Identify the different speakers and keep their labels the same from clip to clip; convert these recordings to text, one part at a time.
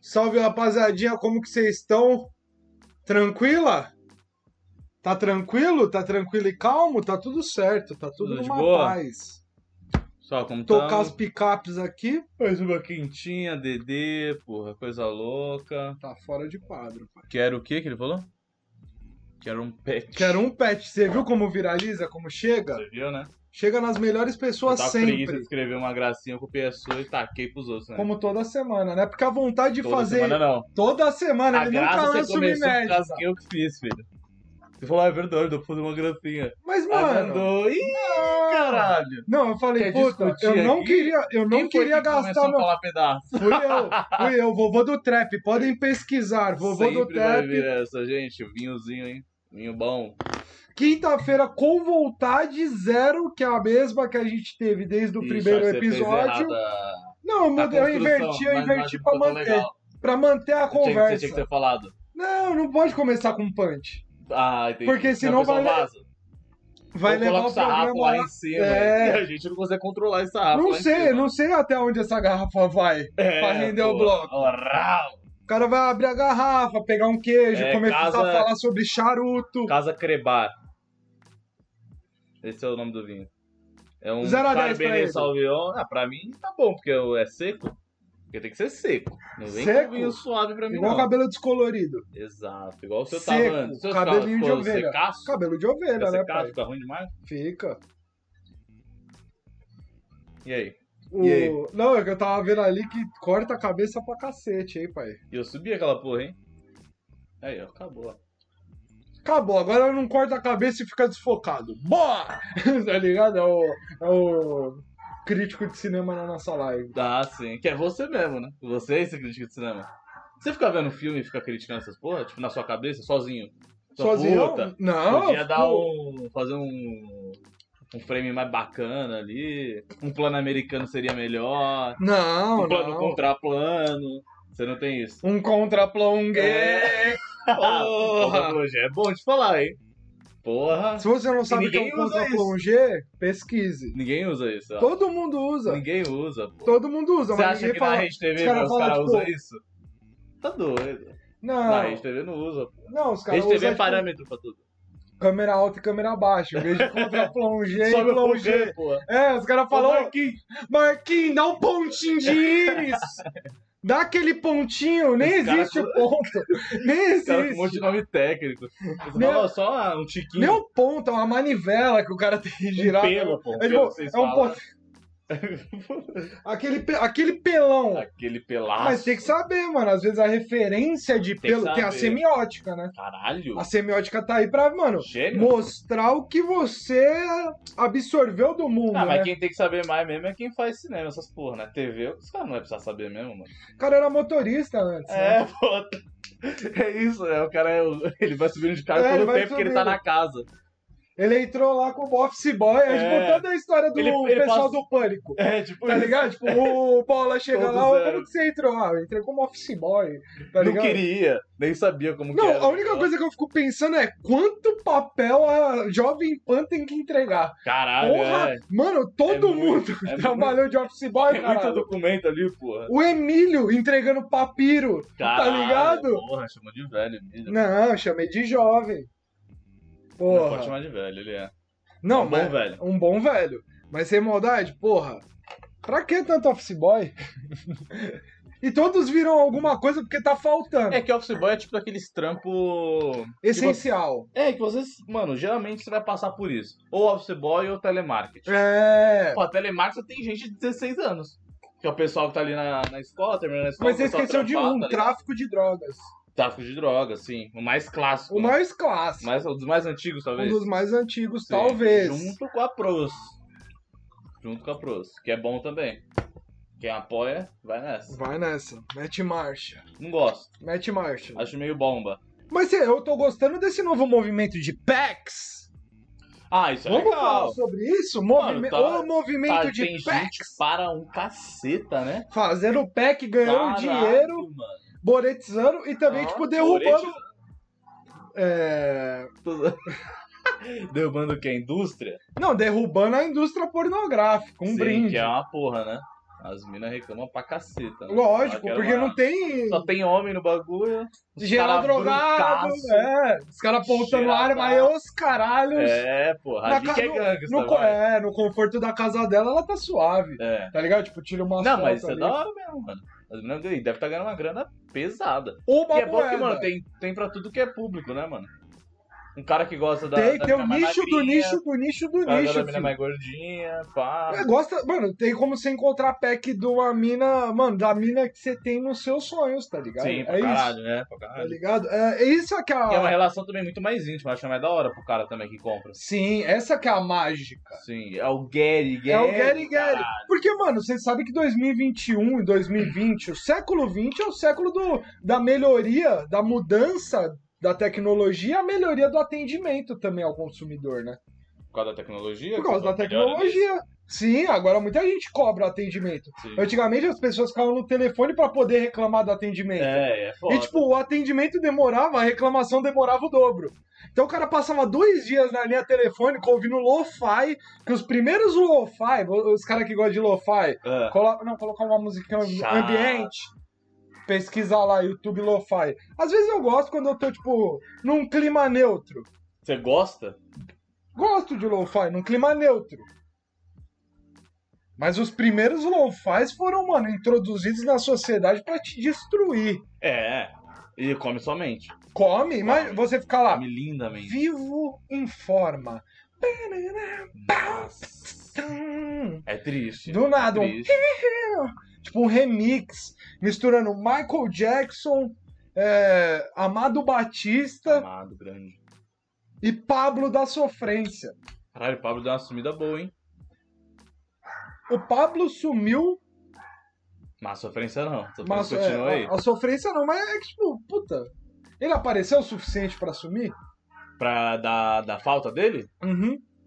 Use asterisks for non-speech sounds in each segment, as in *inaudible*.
Speaker 1: Salve rapazadinha, como que vocês estão? Tranquila? Tá tranquilo? Tá tranquilo e calmo? Tá tudo certo, tá tudo,
Speaker 2: Tudo de
Speaker 1: numa
Speaker 2: boa? Então-
Speaker 1: paz.
Speaker 2: Só como
Speaker 1: Tocar
Speaker 2: tamo.
Speaker 1: as picapes aqui,
Speaker 2: Mais uma quentinha, Dedê, porra, coisa louca.
Speaker 1: tá fora de quadro. pai.
Speaker 2: Quero o que que ele falou? Quero um pet.
Speaker 1: Quero um pet, você viu como viraliza, como chega?
Speaker 2: Você viu, né?
Speaker 1: Chega nas melhores
Speaker 2: Eu
Speaker 1: pessoas
Speaker 2: tava com preguiça de
Speaker 1: sempre,
Speaker 2: escrever uma gracinha, eu copiei a sua e taquei pros outros, né?
Speaker 1: como toda semana, né? Porque a vontade de
Speaker 2: Toda
Speaker 1: fazer
Speaker 2: semana não.
Speaker 1: toda semana,
Speaker 2: a
Speaker 1: ele
Speaker 2: graça é
Speaker 1: nunca
Speaker 2: você
Speaker 1: lança o
Speaker 2: começou por
Speaker 1: média.
Speaker 2: causa que eu que fiz, filho. Você falou, ah, é verdade, eu fiz uma gracinha.
Speaker 1: Mas,
Speaker 2: Aí
Speaker 1: mano,
Speaker 2: mandou, ih, caralho.
Speaker 1: não, eu falei,
Speaker 2: Quer
Speaker 1: puta,
Speaker 2: discutir
Speaker 1: eu não
Speaker 2: aqui?
Speaker 1: queria, eu não
Speaker 2: Quem foi
Speaker 1: queria
Speaker 2: que começou
Speaker 1: gastar
Speaker 2: a
Speaker 1: meu
Speaker 2: falar pedaço.
Speaker 1: Fui eu, fui eu, vovô do trap. Podem pesquisar, vovô
Speaker 2: Sempre
Speaker 1: do
Speaker 2: vai
Speaker 1: trap.
Speaker 2: vir essa, gente. Vinhozinho, hein? Vinho bom.
Speaker 1: Quinta-feira com vontade zero, que é a mesma que a gente teve desde o
Speaker 2: Ih,
Speaker 1: primeiro
Speaker 2: acho que você fez
Speaker 1: episódio.
Speaker 2: errado a-
Speaker 1: Não, eu,
Speaker 2: a
Speaker 1: mudei, eu
Speaker 2: construção,
Speaker 1: inverti, eu
Speaker 2: mas- mas
Speaker 1: inverti pra
Speaker 2: ficou tão
Speaker 1: manter.
Speaker 2: legal.
Speaker 1: Pra manter a
Speaker 2: Tinha que-
Speaker 1: conversa.
Speaker 2: Você tinha que ter falado.
Speaker 1: Não, não pode começar com punch.
Speaker 2: Ah, entendi.
Speaker 1: Porque senão
Speaker 2: Não, pessoal,
Speaker 1: vai-
Speaker 2: vaza.
Speaker 1: Vai
Speaker 2: Ou
Speaker 1: levar
Speaker 2: coloca
Speaker 1: o
Speaker 2: sarrafo lá
Speaker 1: programa lá.
Speaker 2: em cima.
Speaker 1: É.
Speaker 2: E a gente não consegue controlar esse sarrafo.
Speaker 1: Não
Speaker 2: lá em
Speaker 1: sei,
Speaker 2: cima.
Speaker 1: não sei até onde essa garrafa vai.
Speaker 2: É,
Speaker 1: pra render o
Speaker 2: pô.
Speaker 1: bloco.
Speaker 2: Ó, rau.
Speaker 1: O cara vai abrir a garrafa, pegar um queijo,
Speaker 2: É,
Speaker 1: começar
Speaker 2: casa-
Speaker 1: a falar sobre charuto.
Speaker 2: Casa Crebar. Esse é o nome do vinho. É um
Speaker 1: Zero a dez pra
Speaker 2: Cabernet
Speaker 1: ele.
Speaker 2: Sauvignon. Ah, pra mim tá bom, porque é seco. Porque tem que ser seco. Não vem
Speaker 1: Seco?
Speaker 2: com vinho suave pra mim,
Speaker 1: Igual
Speaker 2: não.
Speaker 1: cabelo descolorido.
Speaker 2: Exato. Igual o seu
Speaker 1: Seco,
Speaker 2: tava antes. O seu
Speaker 1: cabelinho de
Speaker 2: ficou
Speaker 1: ovelha.
Speaker 2: Secaço?
Speaker 1: Cabelo de ovelha,
Speaker 2: Fica
Speaker 1: né,
Speaker 2: secaço,
Speaker 1: pai?
Speaker 2: fica ruim demais.
Speaker 1: Fica.
Speaker 2: E aí?
Speaker 1: O...
Speaker 2: E aí?
Speaker 1: Não, é que eu tava vendo ali que corta a cabeça pra cacete, hein, pai.
Speaker 2: E eu subi aquela porra, hein? Aí, ó, acabou.
Speaker 1: Acabou, agora não corta a cabeça e fica desfocado. Boa! *laughs* tá ligado? É o, é o crítico de cinema na nossa live.
Speaker 2: Ah, sim. Que é você mesmo, né? Você é esse crítico de cinema. Você fica vendo filme e fica criticando essas porra, tipo, na sua cabeça, sozinho. Sua
Speaker 1: Sozinho?
Speaker 2: Puta,
Speaker 1: Não.
Speaker 2: podia dar
Speaker 1: pô.
Speaker 2: um. fazer um. um frame mais bacana ali. Um plano americano seria melhor.
Speaker 1: Não,
Speaker 2: um plano
Speaker 1: não.
Speaker 2: contraplano. Você não
Speaker 1: *laughs*
Speaker 2: tem isso.
Speaker 1: Um contraplongue.
Speaker 2: É.
Speaker 1: Porra.
Speaker 2: Hoje é bom te falar, hein? Porra.
Speaker 1: Se você não sabe o que é um
Speaker 2: ninguém usa
Speaker 1: contraplongue, pesquise.
Speaker 2: Ninguém usa isso. ó.
Speaker 1: Todo mundo usa.
Speaker 2: Ninguém usa, pô.
Speaker 1: Todo mundo usa,
Speaker 2: Você
Speaker 1: mas
Speaker 2: acha
Speaker 1: ninguém
Speaker 2: que
Speaker 1: fala.
Speaker 2: na Rede TV
Speaker 1: os cara
Speaker 2: os
Speaker 1: fala,
Speaker 2: caras
Speaker 1: tipo,
Speaker 2: usam isso? Tá doido. Na
Speaker 1: Não,
Speaker 2: Rede TV não usa. pô.
Speaker 1: não, os caras
Speaker 2: Rede
Speaker 1: usam
Speaker 2: TV é
Speaker 1: tipo,
Speaker 2: parâmetro pra tudo.
Speaker 1: câmera alta e câmera baixa. Em vez de contraplongue
Speaker 2: *laughs*
Speaker 1: e
Speaker 2: Sobe o
Speaker 1: plongue.
Speaker 2: fogão, pô.
Speaker 1: É, os caras
Speaker 2: Falou
Speaker 1: falaram,
Speaker 2: aqui.
Speaker 1: Marquinhos, dá um pontinho de íris. Dá aquele pontinho, nem
Speaker 2: Os caras
Speaker 1: existe o ponto. Nem
Speaker 2: Os caras com um monte de
Speaker 1: existe.
Speaker 2: nome técnico. Você
Speaker 1: Meu-
Speaker 2: fala, ó, só um tiquinho.
Speaker 1: Nem um ponto, é uma manivela que o cara tem que
Speaker 2: um
Speaker 1: girar.
Speaker 2: pelo, pô. Um
Speaker 1: É,
Speaker 2: pelo
Speaker 1: tipo,
Speaker 2: que vocês
Speaker 1: é um
Speaker 2: falam.
Speaker 1: ponto. Aquele, pe- aquele pelão.
Speaker 2: "Ah, Aquele pelaço.
Speaker 1: Mas tem que saber, mano. Às vezes a referência de
Speaker 2: que
Speaker 1: pelo tem a
Speaker 2: saber.
Speaker 1: semiótica, né?
Speaker 2: Caralho.
Speaker 1: A semiótica tá aí pra, mano,
Speaker 2: Gênio.
Speaker 1: mostrar o que você absorveu do mundo,
Speaker 2: Ah,
Speaker 1: né?
Speaker 2: mas quem tem que saber mais mesmo é quem faz cinema, essas porra, né? TV, os caras não vai precisar saber mesmo, mano.
Speaker 1: O cara era motorista antes. né?
Speaker 2: É, pô. *laughs* É isso, né? O cara, é o- ele vai subindo de carro
Speaker 1: É, ele
Speaker 2: todo o
Speaker 1: vai
Speaker 2: tempo que ele tá
Speaker 1: subindo.
Speaker 2: na casa.
Speaker 1: Ele entrou lá como office boy, aí
Speaker 2: É.
Speaker 1: tipo, toda a história do
Speaker 2: Ele- ele
Speaker 1: pessoal
Speaker 2: passa-
Speaker 1: do pânico.
Speaker 2: É, tipo,
Speaker 1: Tá
Speaker 2: isso.
Speaker 1: ligado? Tipo,
Speaker 2: *laughs*
Speaker 1: o Paula chega
Speaker 2: Todo
Speaker 1: lá, "Ô,
Speaker 2: zero.
Speaker 1: como que você entrou? Ah, eu entrei como office boy, tá
Speaker 2: não
Speaker 1: ligado?
Speaker 2: queria, nem sabia como que
Speaker 1: Não,
Speaker 2: era.
Speaker 1: a única coisa que eu fico pensando é quanto papel a Jovem Pan tem que entregar.
Speaker 2: Caralho,
Speaker 1: Porra!
Speaker 2: é.
Speaker 1: Mano, todo
Speaker 2: É muito-
Speaker 1: mundo *laughs*
Speaker 2: é
Speaker 1: trabalhou de office boy,
Speaker 2: Tem muito
Speaker 1: cara.
Speaker 2: documento ali, porra.
Speaker 1: O Emílio entregando papiro.
Speaker 2: Caralho,
Speaker 1: Tá ligado?
Speaker 2: Porra, chamou de velho mesmo.
Speaker 1: Não, eu chamei de jovem.
Speaker 2: Não pode
Speaker 1: Porra.
Speaker 2: chamar de velho, ele é.
Speaker 1: Não,
Speaker 2: um bom
Speaker 1: mas-
Speaker 2: velho.
Speaker 1: Um bom velho. Mas sem maldade, porra. Pra que tanto office boy? *laughs* e todos viram alguma coisa porque tá faltando.
Speaker 2: É que office boy é tipo daqueles trampo.
Speaker 1: Essencial.
Speaker 2: É, que vocês. Mano, geralmente você vai passar por isso. Ou office boy ou telemarketing.
Speaker 1: É.
Speaker 2: Pô, telemarketing tem gente de 16 anos. Que é o pessoal que tá ali na, na escola, terminando a escola.
Speaker 1: Mas você
Speaker 2: o pessoal
Speaker 1: esqueceu de
Speaker 2: trampar,
Speaker 1: um,
Speaker 2: tá ligado?
Speaker 1: tráfico de drogas.
Speaker 2: Tráfico de drogas, sim. O mais clássico.
Speaker 1: O
Speaker 2: né?
Speaker 1: mais clássico.
Speaker 2: Mais, um dos mais antigos,
Speaker 1: Um
Speaker 2: talvez.
Speaker 1: dos mais antigos,
Speaker 2: Sim,
Speaker 1: talvez.
Speaker 2: É, Junto com a Pros. Junto com a Pros. Que é bom também. Quem apoia, vai nessa.
Speaker 1: Vai nessa. Mete marcha.
Speaker 2: Não gosto.
Speaker 1: Mete marcha.
Speaker 2: Acho meio bomba.
Speaker 1: Mas cê- eu tô gostando desse novo movimento de PAX.
Speaker 2: Ah, isso é
Speaker 1: Vamos falar
Speaker 2: legal.
Speaker 1: sobre isso?
Speaker 2: Mano,
Speaker 1: Movime-
Speaker 2: tá-
Speaker 1: o movimento
Speaker 2: Cara, tem
Speaker 1: de
Speaker 2: gente
Speaker 1: PAX.
Speaker 2: para um caceta, né?
Speaker 1: Fazendo PAC, ganhando
Speaker 2: Caralho,
Speaker 1: um dinheiro.
Speaker 2: mano.
Speaker 1: boretizando e também,
Speaker 2: Ah,
Speaker 1: tipo, derrubando.
Speaker 2: Boretizando.
Speaker 1: é,
Speaker 2: Derrubando o quê? A indústria?
Speaker 1: Não, derrubando a indústria pornográfica. Um
Speaker 2: Sim, é
Speaker 1: brinde.
Speaker 2: Que é uma porra, né? As minas reclamam pra caceta. né? Fala
Speaker 1: Lógico,
Speaker 2: que era
Speaker 1: porque
Speaker 2: uma-
Speaker 1: não tem
Speaker 2: Só tem homem no bagulho. os
Speaker 1: geral
Speaker 2: cara
Speaker 1: drogado,
Speaker 2: brutaço.
Speaker 1: é. Os caras apontando
Speaker 2: Cheiradaço.
Speaker 1: arma aí, os caralhos.
Speaker 2: É, porra.
Speaker 1: Na
Speaker 2: Ali
Speaker 1: ca-
Speaker 2: que é
Speaker 1: no-
Speaker 2: gangsta,
Speaker 1: No, co-
Speaker 2: vai.
Speaker 1: é, no conforto da casa dela, ela tá suave.
Speaker 2: É.
Speaker 1: Tá ligado? Tipo, tira uma
Speaker 2: Não, mas isso
Speaker 1: foto
Speaker 2: é
Speaker 1: ali.
Speaker 2: da hora mesmo, mano. As meninas ganham- devem estar tá ganhando uma grana pesada.
Speaker 1: Uma
Speaker 2: e é bom que,
Speaker 1: moeda.
Speaker 2: mano, tem, tem pra tudo que é público, né, mano? Um cara que gosta da.
Speaker 1: tem,
Speaker 2: da
Speaker 1: tem o
Speaker 2: mina mais
Speaker 1: nicho do
Speaker 2: magrinha,
Speaker 1: nicho do nicho do
Speaker 2: O cara
Speaker 1: nicho,
Speaker 2: da mina
Speaker 1: filho.
Speaker 2: mais gordinha, pá.
Speaker 1: É, gosta, mano, tem como você encontrar pack de uma mina, mano, da mina que você tem nos seus sonhos, tá ligado?
Speaker 2: Sim, pra
Speaker 1: é isso,
Speaker 2: caralho, né? Pra
Speaker 1: tá
Speaker 2: caralho.
Speaker 1: ligado? É, é isso que é
Speaker 2: E é uma
Speaker 1: a...
Speaker 2: relação também muito mais íntima, acho que é mais da hora pro cara também que compra. assim,
Speaker 1: Sim, essa que é a mágica.
Speaker 2: Sim, é o Gary, Gary.
Speaker 1: É o Gary Gary.
Speaker 2: caralho.
Speaker 1: Porque, mano, vocês sabem que 2021 e 2020, o século 20 é o século do, da melhoria, da mudança da tecnologia, a melhoria do atendimento também ao consumidor, né?
Speaker 2: Por causa da tecnologia?
Speaker 1: Por causa da
Speaker 2: Melhora nisso,
Speaker 1: tecnologia. Sim, agora muita gente cobra atendimento.
Speaker 2: sim.
Speaker 1: Antigamente as pessoas ficavam no telefone pra poder reclamar do atendimento.
Speaker 2: É, é foda.
Speaker 1: E, tipo, o atendimento demorava, a reclamação demorava o dobro. Então o cara passava dois dias na linha telefônica ouvindo lo-fi, que os primeiros lo-fi, os caras que gostam de lo-fi,
Speaker 2: Ah,
Speaker 1: colo- não, colocar uma musiquinha
Speaker 2: Chato.
Speaker 1: ambiente, pesquisar lá, YouTube lo-fi. Às vezes eu gosto quando eu tô, tipo, num clima neutro.
Speaker 2: Você gosta?
Speaker 1: Gosto de lo-fi, num clima neutro. Mas os primeiros lo-fis foram, mano, introduzidos na sociedade pra te destruir.
Speaker 2: É. é. E come somente.
Speaker 1: Come, mas você fica lá,
Speaker 2: Come lindamente.
Speaker 1: vivo em forma.
Speaker 2: Nossa.
Speaker 1: Tum.
Speaker 2: É triste.
Speaker 1: Do nada, um-
Speaker 2: triste.
Speaker 1: tipo um remix, misturando Michael Jackson, é, Amado Batista
Speaker 2: Amado, grande.
Speaker 1: e Pablo da Sofrência.
Speaker 2: Caralho, o Pablo deu uma sumida boa, hein?
Speaker 1: O Pablo sumiu,
Speaker 2: Mas sofrência não. Sofrência
Speaker 1: mas é,
Speaker 2: Então, continua aí.
Speaker 1: a, a sofrência não, mas é que, tipo, puta, ele apareceu o suficiente pra sumir? Uhum.
Speaker 2: Pra dar da falta dele?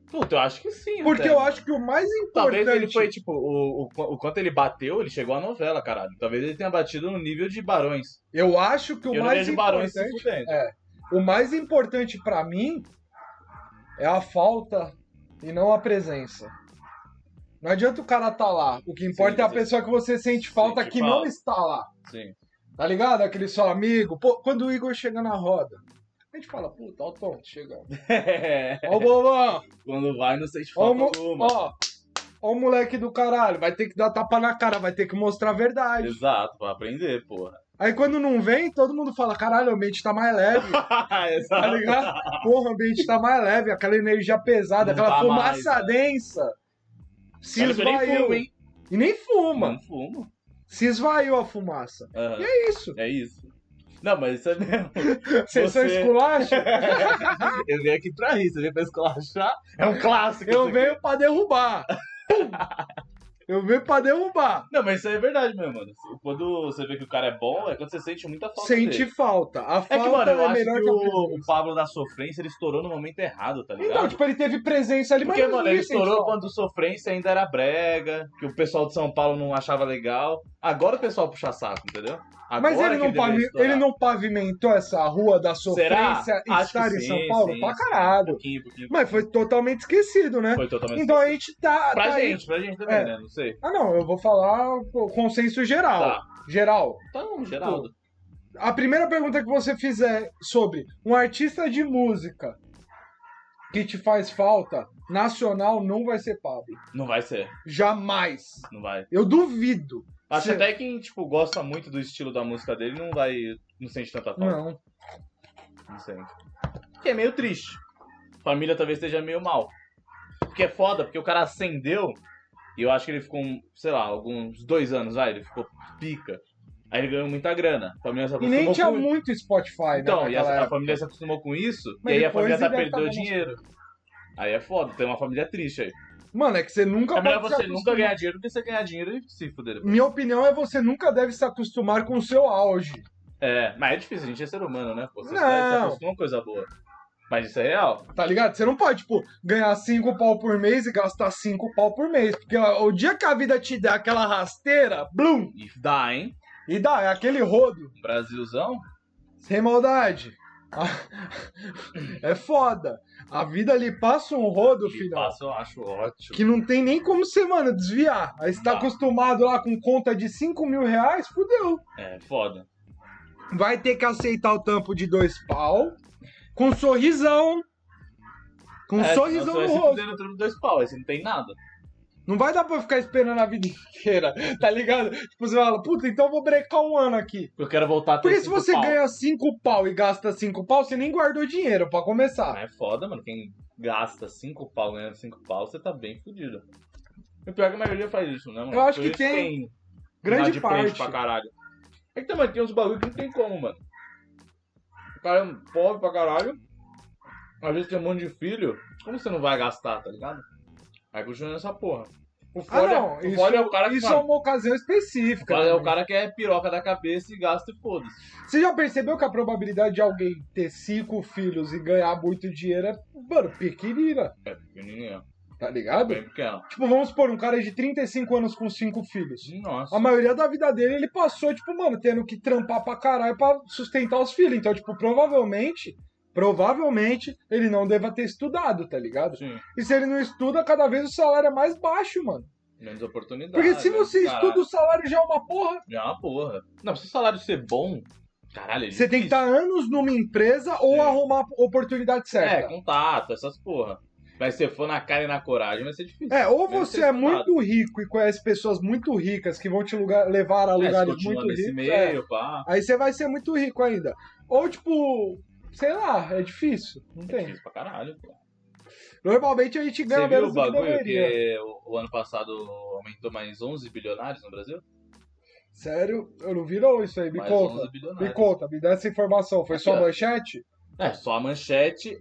Speaker 2: Puta, eu acho que sim.
Speaker 1: Porque
Speaker 2: até.
Speaker 1: eu acho que o mais
Speaker 2: Talvez
Speaker 1: importante.
Speaker 2: ele foi, tipo, o, o, o quanto ele bateu, ele chegou à novela, caralho. Talvez ele tenha batido no nível de Barões.
Speaker 1: Eu acho que o
Speaker 2: eu não
Speaker 1: mais
Speaker 2: vejo Barões se
Speaker 1: importante.
Speaker 2: fudendo.
Speaker 1: O mais importante pra mim é a falta e não a presença. Não adianta o cara tá lá. O que importa
Speaker 2: Sim,
Speaker 1: é a
Speaker 2: sim.
Speaker 1: pessoa que você sente falta
Speaker 2: Sente
Speaker 1: que
Speaker 2: falta.
Speaker 1: não está lá.
Speaker 2: Sim. *laughs*
Speaker 1: Tá ligado? Aquele seu amigo. Pô, quando o Igor chega na roda, a gente fala, puta, ó o Tom chegando. Ó o
Speaker 2: *laughs*
Speaker 1: bobão,
Speaker 2: Quando vai, não sente
Speaker 1: ó, o
Speaker 2: falta
Speaker 1: mo-
Speaker 2: alguma.
Speaker 1: ó, ó o moleque do caralho. Vai ter que dar tapa na cara, vai ter que mostrar a verdade.
Speaker 2: Exato, pra aprender,
Speaker 1: *laughs*
Speaker 2: porra.
Speaker 1: Aí quando não vem, todo mundo fala, caralho, o ambiente tá mais leve. tá
Speaker 2: Exato.
Speaker 1: ligado? Porra, o ambiente tá mais leve, aquela energia pesada,
Speaker 2: Não
Speaker 1: aquela
Speaker 2: tá
Speaker 1: fumaça
Speaker 2: mais,
Speaker 1: densa. Se
Speaker 2: Cara, que eu nem
Speaker 1: esvaiu.
Speaker 2: fumo, hein?
Speaker 1: E nem fuma.
Speaker 2: Não fumo.
Speaker 1: Se esvaiu a fumaça.
Speaker 2: Aham.
Speaker 1: E é isso.
Speaker 2: É isso. Não, mas isso é mesmo.
Speaker 1: Vocês são
Speaker 2: Você-
Speaker 1: esculacho?
Speaker 2: Eu vim aqui pra isso, eu vim pra escolachar. É um clássico. isso
Speaker 1: Eu
Speaker 2: aqui.
Speaker 1: venho pra derrubar. Pum! Eu venho pra derrubar.
Speaker 2: Não, mas isso aí é verdade mesmo, mano. Quando você vê que o cara é bom, é quando você sente muita falta
Speaker 1: Sente
Speaker 2: dele.
Speaker 1: falta. A
Speaker 2: É
Speaker 1: falta
Speaker 2: que, mano, eu
Speaker 1: é
Speaker 2: acho
Speaker 1: melhor
Speaker 2: que,
Speaker 1: que a
Speaker 2: o,
Speaker 1: presença.
Speaker 2: o Pablo da sofrência, ele estourou no momento errado, tá ligado?
Speaker 1: Então, tipo, ele teve presença ali, mas
Speaker 2: Porque,
Speaker 1: não
Speaker 2: mano,
Speaker 1: vi
Speaker 2: ele
Speaker 1: sente
Speaker 2: estourou
Speaker 1: falta.
Speaker 2: quando o sofrência ainda era brega, que o pessoal de São Paulo não achava legal. Agora o pessoal puxa saco, entendeu? Agora
Speaker 1: Mas ele
Speaker 2: que
Speaker 1: não,
Speaker 2: deveria
Speaker 1: pavi-
Speaker 2: estourar.
Speaker 1: ele não pavimentou essa rua da
Speaker 2: Será?
Speaker 1: sofrência e
Speaker 2: Acho que
Speaker 1: estar em
Speaker 2: sim,
Speaker 1: São Paulo?
Speaker 2: sim,
Speaker 1: pra
Speaker 2: sim. Um
Speaker 1: caralho.
Speaker 2: pouquinho, um pouquinho.
Speaker 1: Mas foi totalmente esquecido, né?
Speaker 2: Foi totalmente.
Speaker 1: Então a gente tá.
Speaker 2: Pra
Speaker 1: tá aí-
Speaker 2: gente, pra gente também,
Speaker 1: É.
Speaker 2: né? Não sei.
Speaker 1: Ah, não, eu vou falar o consenso geral.
Speaker 2: Tá.
Speaker 1: Geral.
Speaker 2: Então, Geraldo.
Speaker 1: A primeira pergunta que você fizer sobre um artista de música que te faz falta, nacional, não vai ser Pablo.
Speaker 2: Não vai ser.
Speaker 1: Jamais.
Speaker 2: Não vai.
Speaker 1: Eu duvido.
Speaker 2: Acho
Speaker 1: Você-
Speaker 2: até quem, tipo, gosta muito do estilo da música dele não vai. Não sente tanta falta.
Speaker 1: Não.
Speaker 2: Não sente. Que é meio triste. Família talvez esteja meio mal. Porque é foda, porque o cara acendeu. E eu acho que ele ficou, um, sei lá, alguns dois anos, vai, ele ficou pica. Aí ele ganhou muita grana. A família se
Speaker 1: E
Speaker 2: acostumou
Speaker 1: nem tinha
Speaker 2: com isso.
Speaker 1: muito Spotify,
Speaker 2: Então,
Speaker 1: né?
Speaker 2: e a,
Speaker 1: naquela
Speaker 2: a
Speaker 1: época.
Speaker 2: família se acostumou com isso,
Speaker 1: Mas
Speaker 2: e aí a
Speaker 1: depois
Speaker 2: família tá
Speaker 1: ele deve tá
Speaker 2: perdendo
Speaker 1: dando-
Speaker 2: dinheiro. Aí é foda, tem uma família triste aí.
Speaker 1: Mano, é que você nunca
Speaker 2: É melhor
Speaker 1: pode se
Speaker 2: você nunca
Speaker 1: acostumar.
Speaker 2: ganhar dinheiro do que você ganhar dinheiro e se fuder. depois.
Speaker 1: Minha opinião é você nunca deve se acostumar com o seu auge.
Speaker 2: É, mas é difícil, a gente é ser humano, né? Pô, você
Speaker 1: Não.
Speaker 2: se acostuma com coisa boa. Mas isso é real.
Speaker 1: Tá ligado? Você não pode, tipo, ganhar 5 pau por mês e gastar 5 pau por mês. Porque ó, o dia que a vida te der aquela rasteira, blum,
Speaker 2: E dá, hein? Um
Speaker 1: e dá, é aquele rodo,
Speaker 2: Brasilzão.
Speaker 1: sem maldade. *laughs* É foda. A vida ali passa um rodo,
Speaker 2: Ele
Speaker 1: filho.
Speaker 2: passa, eu acho ótimo.
Speaker 1: Que não tem nem como você, mano, desviar. Aí você tá
Speaker 2: Não.
Speaker 1: acostumado lá com conta de 5 mil reais, fudeu.
Speaker 2: É, foda.
Speaker 1: Vai ter que aceitar o tampo de dois pau. Com sorrisão. Com
Speaker 2: é,
Speaker 1: Um sorrisão
Speaker 2: senão
Speaker 1: no
Speaker 2: você vai se
Speaker 1: rosto.
Speaker 2: fuder no trampo de dois pau, aí você não tem nada.
Speaker 1: Não vai dar pra eu ficar esperando a vida inteira, tá ligado? Tipo, você fala, puta, então eu vou brecar um ano aqui.
Speaker 2: Eu quero voltar a ter
Speaker 1: Porque se
Speaker 2: cinco
Speaker 1: você
Speaker 2: Tá pau.
Speaker 1: ganha 5 pau e gasta 5 pau, você nem guardou dinheiro pra começar.
Speaker 2: É foda, mano. Quem gasta cinco pau, ganha cinco pau, você tá bem fudido. E pior é que a maioria faz isso, né, mano?
Speaker 1: Eu acho
Speaker 2: Por
Speaker 1: que
Speaker 2: isso
Speaker 1: tem
Speaker 2: lá
Speaker 1: Grande
Speaker 2: de frente
Speaker 1: parte.
Speaker 2: pra caralho. É que também tem uns bagulho que não tem como, mano. O cara é pobre pra caralho. Às vezes tem um monte de filho. Como você não vai gastar, tá ligado? Vai continuando essa porra. O
Speaker 1: Ah,
Speaker 2: Ford,
Speaker 1: não.
Speaker 2: é, o
Speaker 1: Isso,
Speaker 2: Ford é o cara que
Speaker 1: isso é
Speaker 2: mano,
Speaker 1: uma ocasião
Speaker 2: o
Speaker 1: específica.
Speaker 2: cara é o
Speaker 1: também.
Speaker 2: cara que é piroca da cabeça e gasta e foda-se.
Speaker 1: Você já percebeu que a probabilidade de alguém ter 5 filhos e ganhar muito dinheiro é, mano, pequenina,
Speaker 2: É pequenininho,
Speaker 1: tá
Speaker 2: é
Speaker 1: ligado?
Speaker 2: bem pequeno.
Speaker 1: Tipo, vamos supor, um cara de 35 anos com 5 filhos.
Speaker 2: Nossa.
Speaker 1: A maioria da vida dele, ele passou, tipo, mano, tendo que trampar pra caralho pra sustentar os filhos. Então, tipo, provavelmente, provavelmente, ele não deva ter estudado, tá ligado?
Speaker 2: Sim,
Speaker 1: E se ele não estuda, cada vez o salário é mais baixo, mano.
Speaker 2: menos oportunidade.
Speaker 1: Porque se você
Speaker 2: menos Ah, caralho.
Speaker 1: estuda, o salário já é uma porra.
Speaker 2: Já é uma porra. Não, se o salário ser bom, caralho, é
Speaker 1: Você tem que
Speaker 2: difícil.
Speaker 1: estar anos numa empresa ou
Speaker 2: Sim.
Speaker 1: arrumar a oportunidade
Speaker 2: É,
Speaker 1: certa.
Speaker 2: contato, essas porra. Mas se for na cara e na coragem, vai ser difícil.
Speaker 1: É, ou
Speaker 2: Mesmo
Speaker 1: você
Speaker 2: sem
Speaker 1: é
Speaker 2: estudado.
Speaker 1: muito rico e conhece pessoas muito ricas que vão te lugar- levar a
Speaker 2: É, se
Speaker 1: lugares
Speaker 2: continua
Speaker 1: muito
Speaker 2: nesse
Speaker 1: ricos. tá é.
Speaker 2: meio, pá.
Speaker 1: Aí você vai ser muito rico ainda. Ou, tipo, sei lá, é difícil. Não
Speaker 2: É
Speaker 1: tem.
Speaker 2: difícil pra caralho, pô.
Speaker 1: Normalmente a gente ganha
Speaker 2: Você viu
Speaker 1: menos
Speaker 2: o
Speaker 1: do que
Speaker 2: bagulho
Speaker 1: deveria.
Speaker 2: que é? o, o ano passado aumentou mais 11 bilionários no Brasil?
Speaker 1: Sério, eu não vi não isso aí. Me
Speaker 2: mais
Speaker 1: conta.
Speaker 2: 11
Speaker 1: Me
Speaker 2: bilionários.
Speaker 1: conta, me dá essa informação. Foi
Speaker 2: Aqui,
Speaker 1: só
Speaker 2: ó.
Speaker 1: manchete?
Speaker 2: É, só a manchete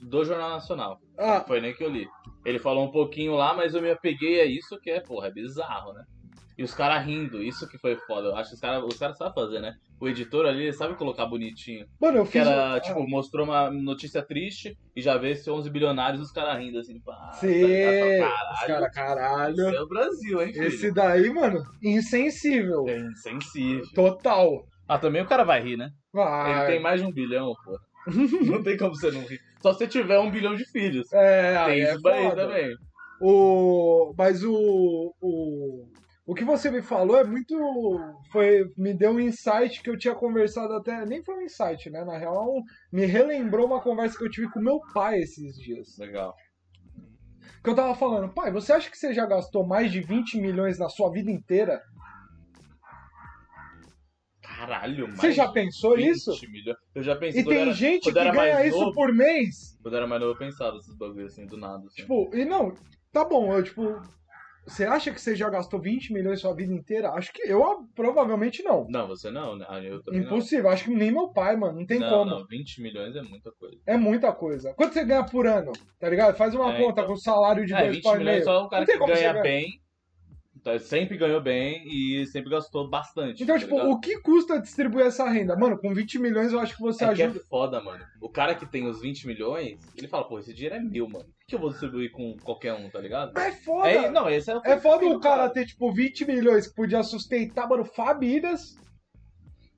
Speaker 2: do Jornal Nacional.
Speaker 1: Ah,
Speaker 2: Foi nem que eu li. Ele falou um pouquinho lá, mas eu me apeguei a isso que é, porra, é bizarro, né? E os caras rindo, isso que foi foda. Eu acho que os caras os cara sabem fazer, né? O editor ali, ele sabe colocar bonitinho.
Speaker 1: mano, eu
Speaker 2: Que
Speaker 1: fiz. um-
Speaker 2: era,
Speaker 1: ah,
Speaker 2: tipo, mostrou uma notícia triste e já vê esses 11 bilionários os caras rindo assim, pá.
Speaker 1: Sim, os
Speaker 2: tá ligado?
Speaker 1: caras, caralho.
Speaker 2: Esse é o Brasil, hein, filho?
Speaker 1: Esse daí, mano, insensível.
Speaker 2: É insensível.
Speaker 1: Total.
Speaker 2: Ah, também o cara vai rir, né? Ele
Speaker 1: Vai.
Speaker 2: tem mais de um bilhão, pô. *laughs* Não tem como você não rir. Só se você tiver um bilhão de filhos.
Speaker 1: É, aí
Speaker 2: tem
Speaker 1: é
Speaker 2: isso daí
Speaker 1: foda.
Speaker 2: também.
Speaker 1: O, mas o, o, o que você me falou é muito. Foi, me deu um insight que eu tinha conversado até. Nem foi um insight, né? Na real, me relembrou uma conversa que eu tive com meu pai esses dias.
Speaker 2: Legal.
Speaker 1: Que eu tava falando, pai, você acha que você já gastou mais de 20 milhões na sua vida inteira?
Speaker 2: Caralho, mano.
Speaker 1: Você já pensou isso?
Speaker 2: Milhões. Eu já pensei
Speaker 1: E
Speaker 2: quando,
Speaker 1: tem
Speaker 2: era,
Speaker 1: gente
Speaker 2: quando
Speaker 1: que
Speaker 2: era mais
Speaker 1: ganha isso
Speaker 2: novo.
Speaker 1: por mês?
Speaker 2: quando era mais novo, eu pensava esses bagulhos assim, do nada. Assim.
Speaker 1: Tipo, e não, tá bom, eu tipo. Você acha que você já gastou 20 milhões sua vida inteira? Acho que eu ah, provavelmente não.
Speaker 2: Não, você não, né? Ah, eu também não.
Speaker 1: Impossível, acho que nem meu pai, mano. Não tem
Speaker 2: não,
Speaker 1: como.
Speaker 2: não, 20 milhões é muita coisa.
Speaker 1: É muita coisa. Quanto você ganha por ano? Tá ligado? Faz uma
Speaker 2: É,
Speaker 1: conta
Speaker 2: então.
Speaker 1: com salário de
Speaker 2: É,
Speaker 1: dois
Speaker 2: 20
Speaker 1: pau e
Speaker 2: milhões
Speaker 1: meio.
Speaker 2: é só um cara
Speaker 1: Não tem
Speaker 2: que
Speaker 1: como você
Speaker 2: ganha
Speaker 1: ganhar.
Speaker 2: bem. Então, sempre ganhou bem e sempre gastou bastante.
Speaker 1: Então,
Speaker 2: tá
Speaker 1: tipo,
Speaker 2: ligado?
Speaker 1: o que custa distribuir essa renda? Mano, com 20 milhões eu acho que você
Speaker 2: é que é
Speaker 1: ajuda.
Speaker 2: foda, mano. O cara que tem os 20 milhões, ele fala, pô, esse dinheiro é meu, mano. Por que eu vou distribuir com qualquer um, tá ligado?
Speaker 1: É, foda.
Speaker 2: É,
Speaker 1: É,
Speaker 2: não, esse é o
Speaker 1: foda
Speaker 2: pensamento
Speaker 1: o
Speaker 2: do
Speaker 1: cara ter, tipo, 20 milhões que podia sustentar, mano, famílias.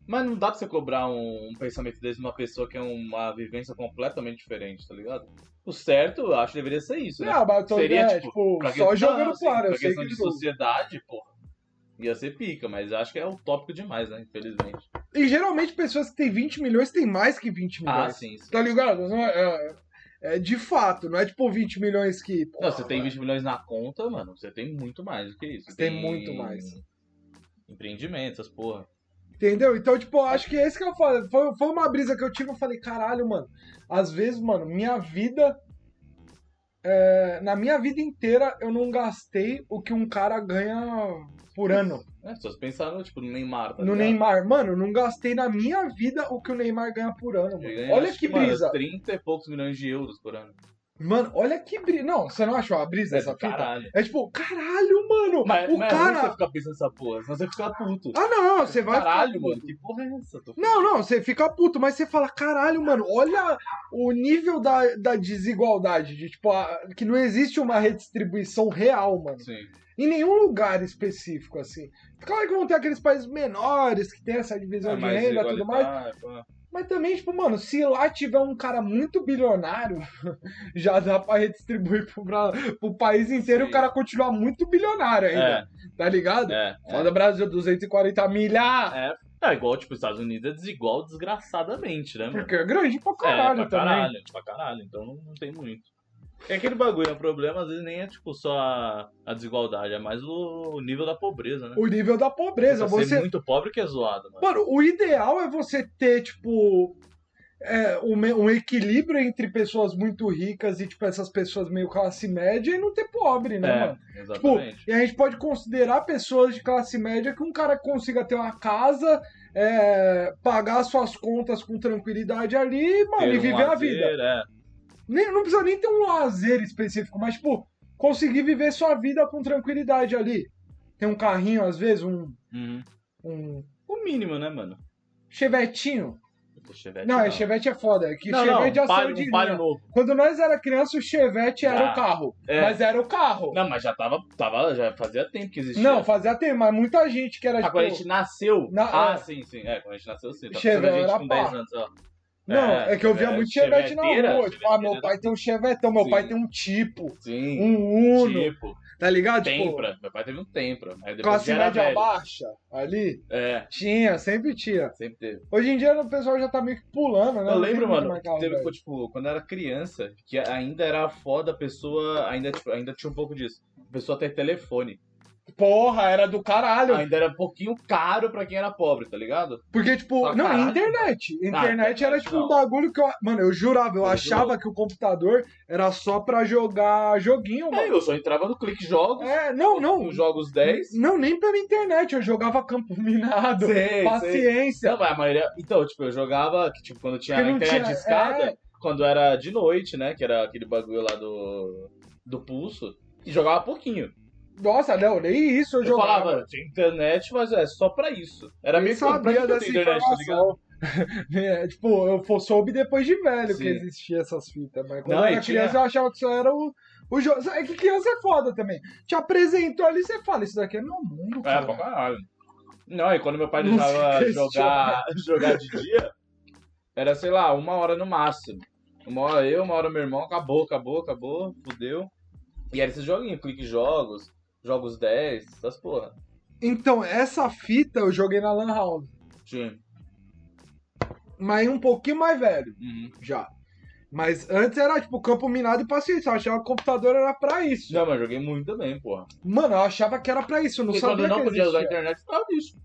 Speaker 2: Mas não dá pra você cobrar um, um pensamento desse de uma pessoa que é uma vivência completamente diferente, tá ligado? O certo, eu acho, deveria ser isso, né?
Speaker 1: Ah, mas eu tô
Speaker 2: Seria,
Speaker 1: é,
Speaker 2: tipo,
Speaker 1: tipo,
Speaker 2: Pra
Speaker 1: só
Speaker 2: questão-
Speaker 1: jogando
Speaker 2: assim,
Speaker 1: claro. Eu
Speaker 2: pra
Speaker 1: sei
Speaker 2: questão
Speaker 1: que
Speaker 2: de
Speaker 1: não.
Speaker 2: sociedade, porra, ia ser pica, mas acho que é utópico demais, né? Infelizmente.
Speaker 1: E geralmente pessoas que têm 20 milhões têm mais que 20
Speaker 2: Ah,
Speaker 1: milhões.
Speaker 2: sim, sim.
Speaker 1: Tá ligado? Não é, é- é de fato, não é tipo 20 milhões que.
Speaker 2: Não,
Speaker 1: porra,
Speaker 2: você tem
Speaker 1: mano.
Speaker 2: 20 milhões na conta, mano, você tem muito mais do que isso.
Speaker 1: Você tem muito mais.
Speaker 2: Empreendimento, essas porra.
Speaker 1: Entendeu? Então, tipo, eu acho que é isso que eu falei. Foi, foi uma brisa que eu tive, eu falei, caralho, mano. Às vezes, mano, minha vida. é, na minha vida inteira eu não gastei o que um cara ganha por ano.
Speaker 2: É, se você pensar no, tipo, no Neymar, tá
Speaker 1: No
Speaker 2: ligado?
Speaker 1: Neymar, mano, eu não gastei na minha vida o que o Neymar ganha por ano,
Speaker 2: Ele
Speaker 1: mano.
Speaker 2: ganha,
Speaker 1: Olha
Speaker 2: acho
Speaker 1: que brisa.
Speaker 2: Mano, 30 e poucos milhões de euros por ano.
Speaker 1: Mano, olha que brisa. Não, você não achou a brisa essa
Speaker 2: do
Speaker 1: fita?
Speaker 2: caralho.
Speaker 1: É tipo, caralho, mano.
Speaker 2: Mas,
Speaker 1: o
Speaker 2: mas é ruim
Speaker 1: cara.
Speaker 2: você ficar pensando nessa porra, senão você fica puto.
Speaker 1: Ah, não, não, você vai. ficar
Speaker 2: Caralho,
Speaker 1: puto.
Speaker 2: mano, que porra é essa? Tô...
Speaker 1: Não, não, você fica puto, mas você fala, caralho, mano, olha o nível da, da desigualdade, de, tipo, a- que não existe uma redistribuição real, mano.
Speaker 2: Sim.
Speaker 1: em nenhum lugar específico, assim. Claro que vão ter aqueles países menores que tem essa
Speaker 2: Ah, É
Speaker 1: divisão de renda e tudo mais. Mas também, tipo, mano, se lá tiver um cara muito bilionário, *laughs* já dá pra redistribuir pro, pra, pro país inteiro e o
Speaker 2: Sim.
Speaker 1: cara continuar muito bilionário ainda. Tá ligado?
Speaker 2: É, é.
Speaker 1: Foda Brasil, 240 milha!
Speaker 2: É igual, tipo, os Estados Unidos é desigual desgraçadamente, né, mano?
Speaker 1: Porque é grande pra caralho
Speaker 2: é, pra
Speaker 1: também.
Speaker 2: caralho, pra caralho. Então não, não tem muito. É aquele bagulho, o problema às vezes nem é, tipo, só a, a desigualdade, é mais o, o nível da pobreza, né?
Speaker 1: O nível da pobreza.
Speaker 2: Você
Speaker 1: Você
Speaker 2: ser muito pobre que é zoado, mano.
Speaker 1: Mano, o ideal é você ter, tipo, é, um, me- um equilíbrio entre pessoas muito ricas e, tipo, essas pessoas meio classe média e não ter pobre, né, mano?
Speaker 2: É, exatamente.
Speaker 1: E a gente pode considerar pessoas de classe média que um cara consiga ter uma casa, é, pagar suas contas com tranquilidade ali, mano,
Speaker 2: Ter
Speaker 1: e
Speaker 2: um
Speaker 1: viver a
Speaker 2: lazer,
Speaker 1: vida.
Speaker 2: É.
Speaker 1: Nem, não precisa nem ter um lazer específico, mas, tipo, conseguir viver sua vida com tranquilidade ali. Tem um carrinho, às vezes, um,
Speaker 2: Uhum.
Speaker 1: um
Speaker 2: O mínimo, né, mano?
Speaker 1: chevetinho.
Speaker 2: O Chevette
Speaker 1: Não, é Chevette é foda. é Que
Speaker 2: Não, não,
Speaker 1: Chevette já
Speaker 2: um palio,
Speaker 1: saiu de
Speaker 2: um palio
Speaker 1: linha.
Speaker 2: novo.
Speaker 1: Quando nós era criança, o Chevette era
Speaker 2: Ah,
Speaker 1: o carro.
Speaker 2: é.
Speaker 1: Mas era o carro.
Speaker 2: Não, mas já tava, tava, já fazia tempo que existia.
Speaker 1: Não, fazia tempo, mas muita gente que era
Speaker 2: Ah,
Speaker 1: tipo.
Speaker 2: quando a gente nasceu.
Speaker 1: Na-
Speaker 2: ah,
Speaker 1: é.
Speaker 2: sim, sim. É, quando a gente nasceu, sim. Tá
Speaker 1: Chevette
Speaker 2: pensando a gente
Speaker 1: era
Speaker 2: com
Speaker 1: pá.
Speaker 2: 10 anos, ó.
Speaker 1: Não, é, que eu via
Speaker 2: é,
Speaker 1: muito Chevette na
Speaker 2: cheveteira,
Speaker 1: rua. Tipo, ah, meu
Speaker 2: cheveteira. né?
Speaker 1: pai tem um Chevetão, meu
Speaker 2: Sim.
Speaker 1: pai tem um tipo,
Speaker 2: Sim.
Speaker 1: um Uno,
Speaker 2: Tipo,
Speaker 1: tá ligado? Tipo,
Speaker 2: Tempra. Meu pai teve um Tempra. Aí depois
Speaker 1: classe
Speaker 2: já era
Speaker 1: média
Speaker 2: velho.
Speaker 1: baixa ali.
Speaker 2: É,
Speaker 1: Tinha, sempre tinha.
Speaker 2: sempre teve.
Speaker 1: Hoje em dia o pessoal já tá meio que pulando, né?
Speaker 2: eu
Speaker 1: Não tem
Speaker 2: lembro,
Speaker 1: muito
Speaker 2: mano,
Speaker 1: mais carro,
Speaker 2: que teve,
Speaker 1: velho.
Speaker 2: tipo, quando eu era criança, que ainda era foda a pessoa, ainda, tipo, ainda tinha um pouco disso. A pessoa ter telefone.
Speaker 1: Porra, era do caralho.
Speaker 2: Ainda era um pouquinho caro pra quem era pobre, tá ligado?
Speaker 1: Porque, tipo,
Speaker 2: Pra
Speaker 1: não,
Speaker 2: caralho. Ah,
Speaker 1: internet. Internet era
Speaker 2: internet
Speaker 1: tipo um
Speaker 2: não.
Speaker 1: bagulho que eu. Mano, eu jurava, eu
Speaker 2: Eu
Speaker 1: achava
Speaker 2: jurava.
Speaker 1: que o computador era só pra jogar joguinho,
Speaker 2: Aí
Speaker 1: mano.
Speaker 2: É, eu só entrava no clique jogos,
Speaker 1: É, não, não.
Speaker 2: nos jogos 10.
Speaker 1: Não, nem pela internet. Eu jogava campo *laughs* minado.
Speaker 2: Sei, sei.
Speaker 1: paciência.
Speaker 2: Não, mas a maioria. Então, tipo, eu jogava, que, tipo, quando tinha
Speaker 1: Porque
Speaker 2: a
Speaker 1: não
Speaker 2: internet
Speaker 1: tinha-
Speaker 2: escada,
Speaker 1: é.
Speaker 2: quando era de noite, né? Que era aquele bagulho lá do. do pulso. E jogava pouquinho.
Speaker 1: Nossa, não, nem isso eu,
Speaker 2: Eu,
Speaker 1: jogava.
Speaker 2: falava, tinha internet, mas é só pra isso. Era
Speaker 1: Nem
Speaker 2: meio que pra
Speaker 1: sabia
Speaker 2: isso que eu
Speaker 1: dessa
Speaker 2: tenho internet, tá ligado?
Speaker 1: informação. *laughs* É, tipo, eu fo- soube depois de velho
Speaker 2: Sim.
Speaker 1: que existia essas fitas, mas quando
Speaker 2: Não,
Speaker 1: eu
Speaker 2: e
Speaker 1: era
Speaker 2: tinha-
Speaker 1: criança eu achava que só era o, o jogo. É que criança é foda também. Te apresentou ali, você fala, isso daqui é meu mundo,
Speaker 2: É,
Speaker 1: cara.
Speaker 2: pra caralho. Não, e quando meu pai
Speaker 1: Não se
Speaker 2: deixava
Speaker 1: questiona.
Speaker 2: *laughs* jogar, jogar de dia, era, sei lá, uma hora no máximo. Uma hora eu, uma hora meu irmão, acabou, acabou, acabou, fudeu. E era esses joguinhos, clique jogos, jogos 10, essas porra.
Speaker 1: Então, essa fita eu joguei na Lan House.
Speaker 2: Tinha.
Speaker 1: Mas um pouquinho mais velho,
Speaker 2: Uhum.
Speaker 1: já. Mas antes era tipo campo minado e paciência. Eu achava que o computador era pra isso.
Speaker 2: Não, mas eu joguei muito também, porra.
Speaker 1: Mano, eu achava que era pra isso. Eu não
Speaker 2: Porque
Speaker 1: sabia
Speaker 2: quando não
Speaker 1: que
Speaker 2: podia usar a
Speaker 1: existia.
Speaker 2: internet, ficava disso.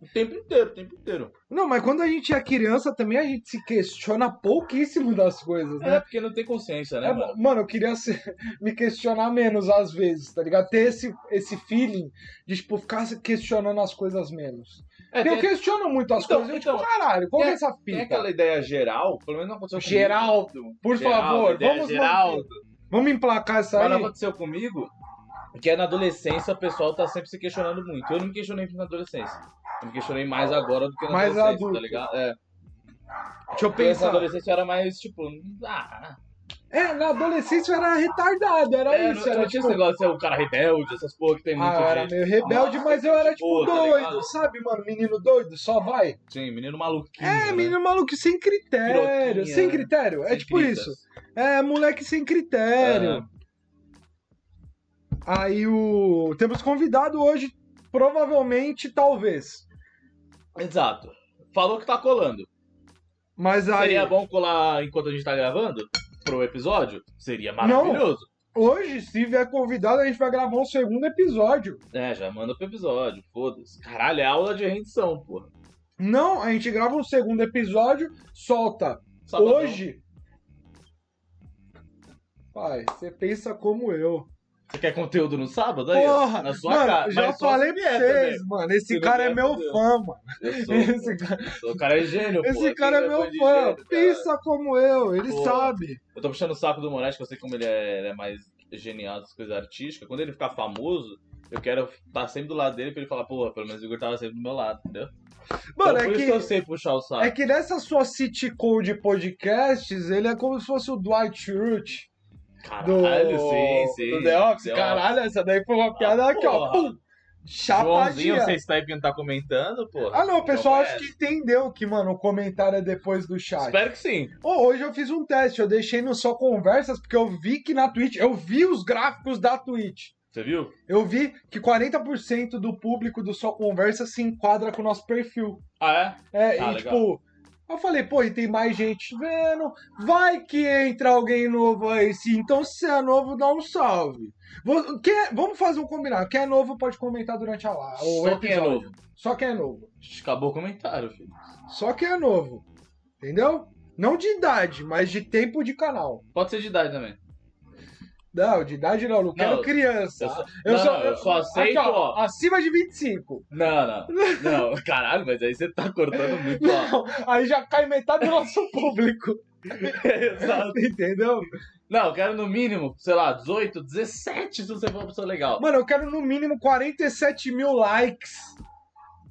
Speaker 2: O tempo inteiro, o tempo inteiro.
Speaker 1: Não, mas quando a gente é criança também a gente se questiona pouquíssimo das coisas, né?
Speaker 2: É porque não tem consciência, né,
Speaker 1: É,
Speaker 2: mano?
Speaker 1: mano, eu queria ser- *laughs* me questionar menos às vezes, tá ligado? Ter esse, esse feeling de, tipo, ficar se questionando as coisas menos.
Speaker 2: É,
Speaker 1: Porque eu
Speaker 2: tem,
Speaker 1: questiono muito as
Speaker 2: Então,
Speaker 1: coisas. eu,
Speaker 2: então,
Speaker 1: tipo, caralho, qual que é
Speaker 2: tem-
Speaker 1: essa fita?
Speaker 2: tem aquela ideia geral, pelo menos não aconteceu comigo.
Speaker 1: Geraldo, por
Speaker 2: Geraldo,
Speaker 1: favor,
Speaker 2: ideia
Speaker 1: vamos,
Speaker 2: Geraldo.
Speaker 1: vamos emplacar isso
Speaker 2: Mas não
Speaker 1: Tá aí.
Speaker 2: aconteceu comigo, que é na adolescência o pessoal tá sempre se questionando muito. Eu não me questionei na adolescência. Eu me questionei mais agora do que na
Speaker 1: Mais
Speaker 2: adolescência,
Speaker 1: adulto.
Speaker 2: tá ligado? É.
Speaker 1: Deixa eu
Speaker 2: Porque na
Speaker 1: pensar.
Speaker 2: adolescência eu era mais, tipo, ah,
Speaker 1: É, na adolescência eu era retardado, era
Speaker 2: é,
Speaker 1: isso.
Speaker 2: não,
Speaker 1: era
Speaker 2: não tinha
Speaker 1: tipo,
Speaker 2: esse negócio de ser o cara rebelde, essas porra que tem muito
Speaker 1: ah, eu era
Speaker 2: gente.
Speaker 1: meio rebelde,
Speaker 2: Nossa,
Speaker 1: mas eu era
Speaker 2: gente
Speaker 1: tipo
Speaker 2: boa, tá
Speaker 1: doido,
Speaker 2: ligado?
Speaker 1: sabe, mano? Menino doido, só vai.
Speaker 2: Sim, assim, menino maluquinho.
Speaker 1: É,
Speaker 2: né?
Speaker 1: menino maluco sem critério.
Speaker 2: Piroquinha,
Speaker 1: sem
Speaker 2: né?
Speaker 1: critério, é
Speaker 2: Sem
Speaker 1: tipo
Speaker 2: critas.
Speaker 1: isso. É, moleque sem critério.
Speaker 2: Ah.
Speaker 1: Aí o. Temos convidado hoje, provavelmente, talvez.
Speaker 2: É, Exato. Falou que tá colando.
Speaker 1: Mas Tá aí.
Speaker 2: Seria bom colar enquanto a gente tá gravando? Pro episódio? Seria maravilhoso.
Speaker 1: Hoje, se vier convidado, a gente vai gravar um segundo episódio.
Speaker 2: É, já manda pro episódio, foda-se. Caralho, é aula de rendição, porra.
Speaker 1: Não, a gente grava um segundo episódio, solta.
Speaker 2: Sabadão.
Speaker 1: Hoje. Pai, você pensa como eu.
Speaker 2: Você quer conteúdo no sábado? Aí, ó,
Speaker 1: Porra!
Speaker 2: na sua
Speaker 1: mano,
Speaker 2: cara.
Speaker 1: já
Speaker 2: Mas só
Speaker 1: falei
Speaker 2: se
Speaker 1: pra
Speaker 2: vier
Speaker 1: vocês, mano. Esse
Speaker 2: Se não
Speaker 1: cara é
Speaker 2: vier,
Speaker 1: meu
Speaker 2: fudeu.
Speaker 1: fã, mano.
Speaker 2: também. Eu sou,
Speaker 1: *laughs* Esse cara,
Speaker 2: sou- o cara é gênio, pô.
Speaker 1: esse
Speaker 2: Quem
Speaker 1: cara é
Speaker 2: fã
Speaker 1: meu
Speaker 2: de
Speaker 1: fã.
Speaker 2: gênio, cara?
Speaker 1: Pensa como eu, ele
Speaker 2: Pô.
Speaker 1: sabe.
Speaker 2: Eu tô puxando o saco do Moraes, que eu sei como ele é, ele é mais genial das coisas artísticas. Quando ele ficar famoso, eu quero estar sempre do lado dele pra ele falar, porra, pelo menos o Igor tava sempre do meu lado, entendeu?
Speaker 1: Mano,
Speaker 2: então,
Speaker 1: é
Speaker 2: por isso
Speaker 1: que.
Speaker 2: que eu sei puxar o saco.
Speaker 1: É que nessa sua sitcom de podcasts, ele é como se fosse o Dwight Schrute.
Speaker 2: Caralho,
Speaker 1: do,
Speaker 2: sim, sim. um
Speaker 1: do The Office.
Speaker 2: The Office. Ah,
Speaker 1: Caralho, essa daí foi uma piada aqui, ó.
Speaker 2: porra.
Speaker 1: Pum, chapadinha.
Speaker 2: Joãozinho, não sei se tá aí porque não tá comentando, pô.
Speaker 1: Ah, não, o pessoal acho que entendeu que, mano, o comentário é depois do chat.
Speaker 2: Espero que sim.
Speaker 1: Ô, hoje eu fiz um teste, eu deixei no só conversas, porque eu vi que na Twitch, eu vi os gráficos da Twitch.
Speaker 2: Você viu?
Speaker 1: Eu vi que 40% do público do Só Conversa se enquadra com o nosso perfil.
Speaker 2: Ah, é?
Speaker 1: É,
Speaker 2: Ah,
Speaker 1: e
Speaker 2: legal.
Speaker 1: tipo, eu falei, pô, e tem mais gente vendo. Vai que entra alguém novo aí, sim. Então, se é novo, dá um salve. Vo- quem é- vamos fazer um combinado. Quem é novo pode comentar durante a live.
Speaker 2: Só quem é novo.
Speaker 1: Só quem é novo.
Speaker 2: Acabou o comentário, filho.
Speaker 1: Só quem é novo. Entendeu? Não de idade, mas de tempo de canal.
Speaker 2: Pode ser de idade também.
Speaker 1: Não, de idade não, não quero
Speaker 2: eu-
Speaker 1: criança.
Speaker 2: eu só- não, não, eu só aceito,
Speaker 1: Aqui,
Speaker 2: ó.
Speaker 1: Acima de 25.
Speaker 2: Não, não. Não, *laughs* caralho, mas aí você tá cortando muito ó.
Speaker 1: Não, *laughs* aí já cai metade do nosso público.
Speaker 2: *laughs* Exato.
Speaker 1: Entendeu?
Speaker 2: Não, eu quero no mínimo, sei lá, 18, 17 se você for uma pessoa legal.
Speaker 1: Mano, eu quero no mínimo 47 mil likes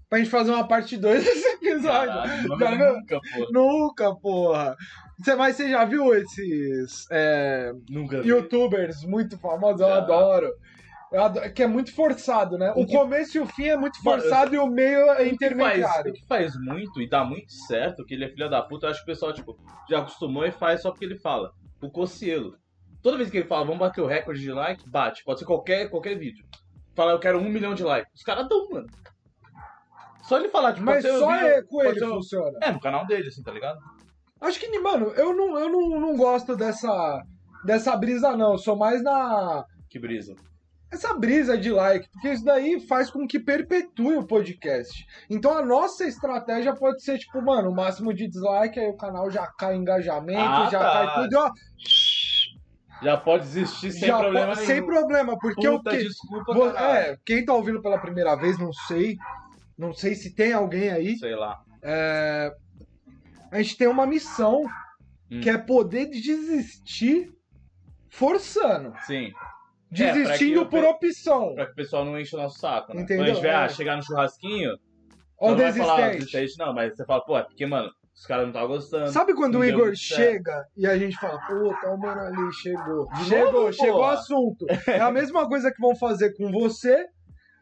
Speaker 1: pra gente fazer uma parte 2 desse episódio.
Speaker 2: Caralho, não
Speaker 1: Já
Speaker 2: vai
Speaker 1: viu?
Speaker 2: nunca, pô.
Speaker 1: Nunca, porra. Você, mas você já viu esses é,
Speaker 2: Nunca. vi.
Speaker 1: youtubers muito famosos? Eu
Speaker 2: Já.
Speaker 1: adoro. Eu adoro- Que é muito forçado, né? O
Speaker 2: O que-
Speaker 1: começo e o fim é muito
Speaker 2: Mano,
Speaker 1: forçado e o meio é
Speaker 2: O que, faz, o
Speaker 1: intermediário.
Speaker 2: que faz muito e dá muito certo, que ele é filho da puta, eu acho que o pessoal, tipo, já acostumou e faz só porque ele fala. O Cocielo. Toda vez que ele fala, vamos bater o recorde de like, bate. Pode ser qualquer, qualquer vídeo. Fala, eu quero um milhão de likes. Os caras dão, mano. Só ele falar, tipo,
Speaker 1: Mas
Speaker 2: pode ser
Speaker 1: só
Speaker 2: um vídeo-
Speaker 1: é com
Speaker 2: pode
Speaker 1: ele
Speaker 2: ser um-
Speaker 1: funciona.
Speaker 2: É, no canal dele, assim, tá ligado?
Speaker 1: Acho que, mano, eu não, eu não, não gosto dessa, dessa brisa, não. Eu sou mais na.
Speaker 2: Que brisa.
Speaker 1: essa brisa de like, porque isso daí faz com que perpetue o podcast. Então a nossa estratégia pode ser, tipo, mano, o máximo de dislike, aí o canal já cai engajamento,
Speaker 2: Ah,
Speaker 1: já
Speaker 2: tá.
Speaker 1: cai tudo, e, ó.
Speaker 2: Já pode desistir sem
Speaker 1: já
Speaker 2: problema
Speaker 1: po-
Speaker 2: nenhum.
Speaker 1: sem problema, porque
Speaker 2: Puta,
Speaker 1: o que.
Speaker 2: desculpa,
Speaker 1: vo-
Speaker 2: caralho.
Speaker 1: é, quem tá ouvindo pela primeira vez, não sei. Não sei se tem alguém aí.
Speaker 2: Sei lá.
Speaker 1: é, A gente tem uma missão
Speaker 2: Hum.
Speaker 1: que é poder desistir forçando.
Speaker 2: Sim. pra que
Speaker 1: Desistindo
Speaker 2: É, eu
Speaker 1: por
Speaker 2: pe-
Speaker 1: opção.
Speaker 2: Pra que o pessoal não enche o nosso saco, né?
Speaker 1: Entendeu?
Speaker 2: Quando a gente vai
Speaker 1: É.
Speaker 2: ah, chegar no churrasquinho,
Speaker 1: Ou
Speaker 2: não vai falar
Speaker 1: desistente.
Speaker 2: desistente, não, mas você fala, pô, é porque, mano, os caras não tá gostando.
Speaker 1: Sabe quando o
Speaker 2: Entendeu?
Speaker 1: Igor
Speaker 2: É.
Speaker 1: chega e a gente fala, puta, o mano ali chegou.
Speaker 2: De
Speaker 1: chegou,
Speaker 2: novo,
Speaker 1: chegou o
Speaker 2: porra?
Speaker 1: assunto. É a mesma coisa que vão fazer com você,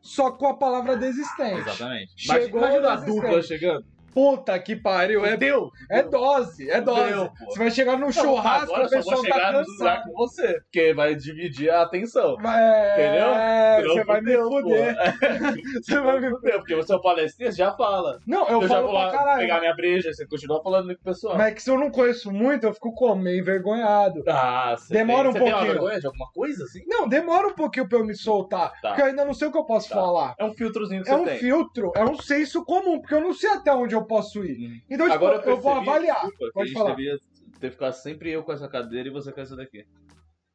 Speaker 1: só com a palavra desistente.
Speaker 2: Exatamente.
Speaker 1: Chegou
Speaker 2: Chegou Imagina a
Speaker 1: desistente.
Speaker 2: dupla chegando.
Speaker 1: Puta que pariu, é,
Speaker 2: Deu!
Speaker 1: é dose, é dose.
Speaker 2: Deu, pô.
Speaker 1: você vai chegar num churrasco,
Speaker 2: tá, agora
Speaker 1: o
Speaker 2: eu só vou
Speaker 1: pessoal
Speaker 2: chegar
Speaker 1: tá
Speaker 2: no lugar
Speaker 1: cansado.
Speaker 2: com você, porque vai dividir a atenção.
Speaker 1: É,
Speaker 2: Entendeu?
Speaker 1: É,
Speaker 2: Senão
Speaker 1: você vai me
Speaker 2: fudeu, pô. É,
Speaker 1: fuder. Você vai me
Speaker 2: Fudeu, Porque você é o palestrista, já fala.
Speaker 1: Não, eu,
Speaker 2: Eu, já
Speaker 1: falo
Speaker 2: vou
Speaker 1: pra
Speaker 2: lá
Speaker 1: caralho.
Speaker 2: pegar minha breja, você continua falando com o pessoal.
Speaker 1: Mas é que se eu não conheço muito, eu fico como, meio envergonhado.
Speaker 2: Ah, você
Speaker 1: Demora
Speaker 2: tem,
Speaker 1: um
Speaker 2: você Tem
Speaker 1: pouquinho.
Speaker 2: uma vergonha de alguma coisa assim?
Speaker 1: Não, demora um pouquinho pra eu me soltar.
Speaker 2: Tá.
Speaker 1: Porque eu ainda não sei o que eu posso
Speaker 2: Tá.
Speaker 1: falar.
Speaker 2: É um filtrozinho que
Speaker 1: é
Speaker 2: você
Speaker 1: um
Speaker 2: tem.
Speaker 1: filtro, é um senso comum, porque eu não sei até onde eu posso ir.
Speaker 2: Uhum.
Speaker 1: Então, tipo,
Speaker 2: Agora
Speaker 1: eu,
Speaker 2: eu,
Speaker 1: vou
Speaker 2: percebi,
Speaker 1: avaliar.
Speaker 2: desculpa, que
Speaker 1: Pode
Speaker 2: a gente
Speaker 1: falar.
Speaker 2: devia ter ficado sempre eu com essa cadeira e você com essa daqui.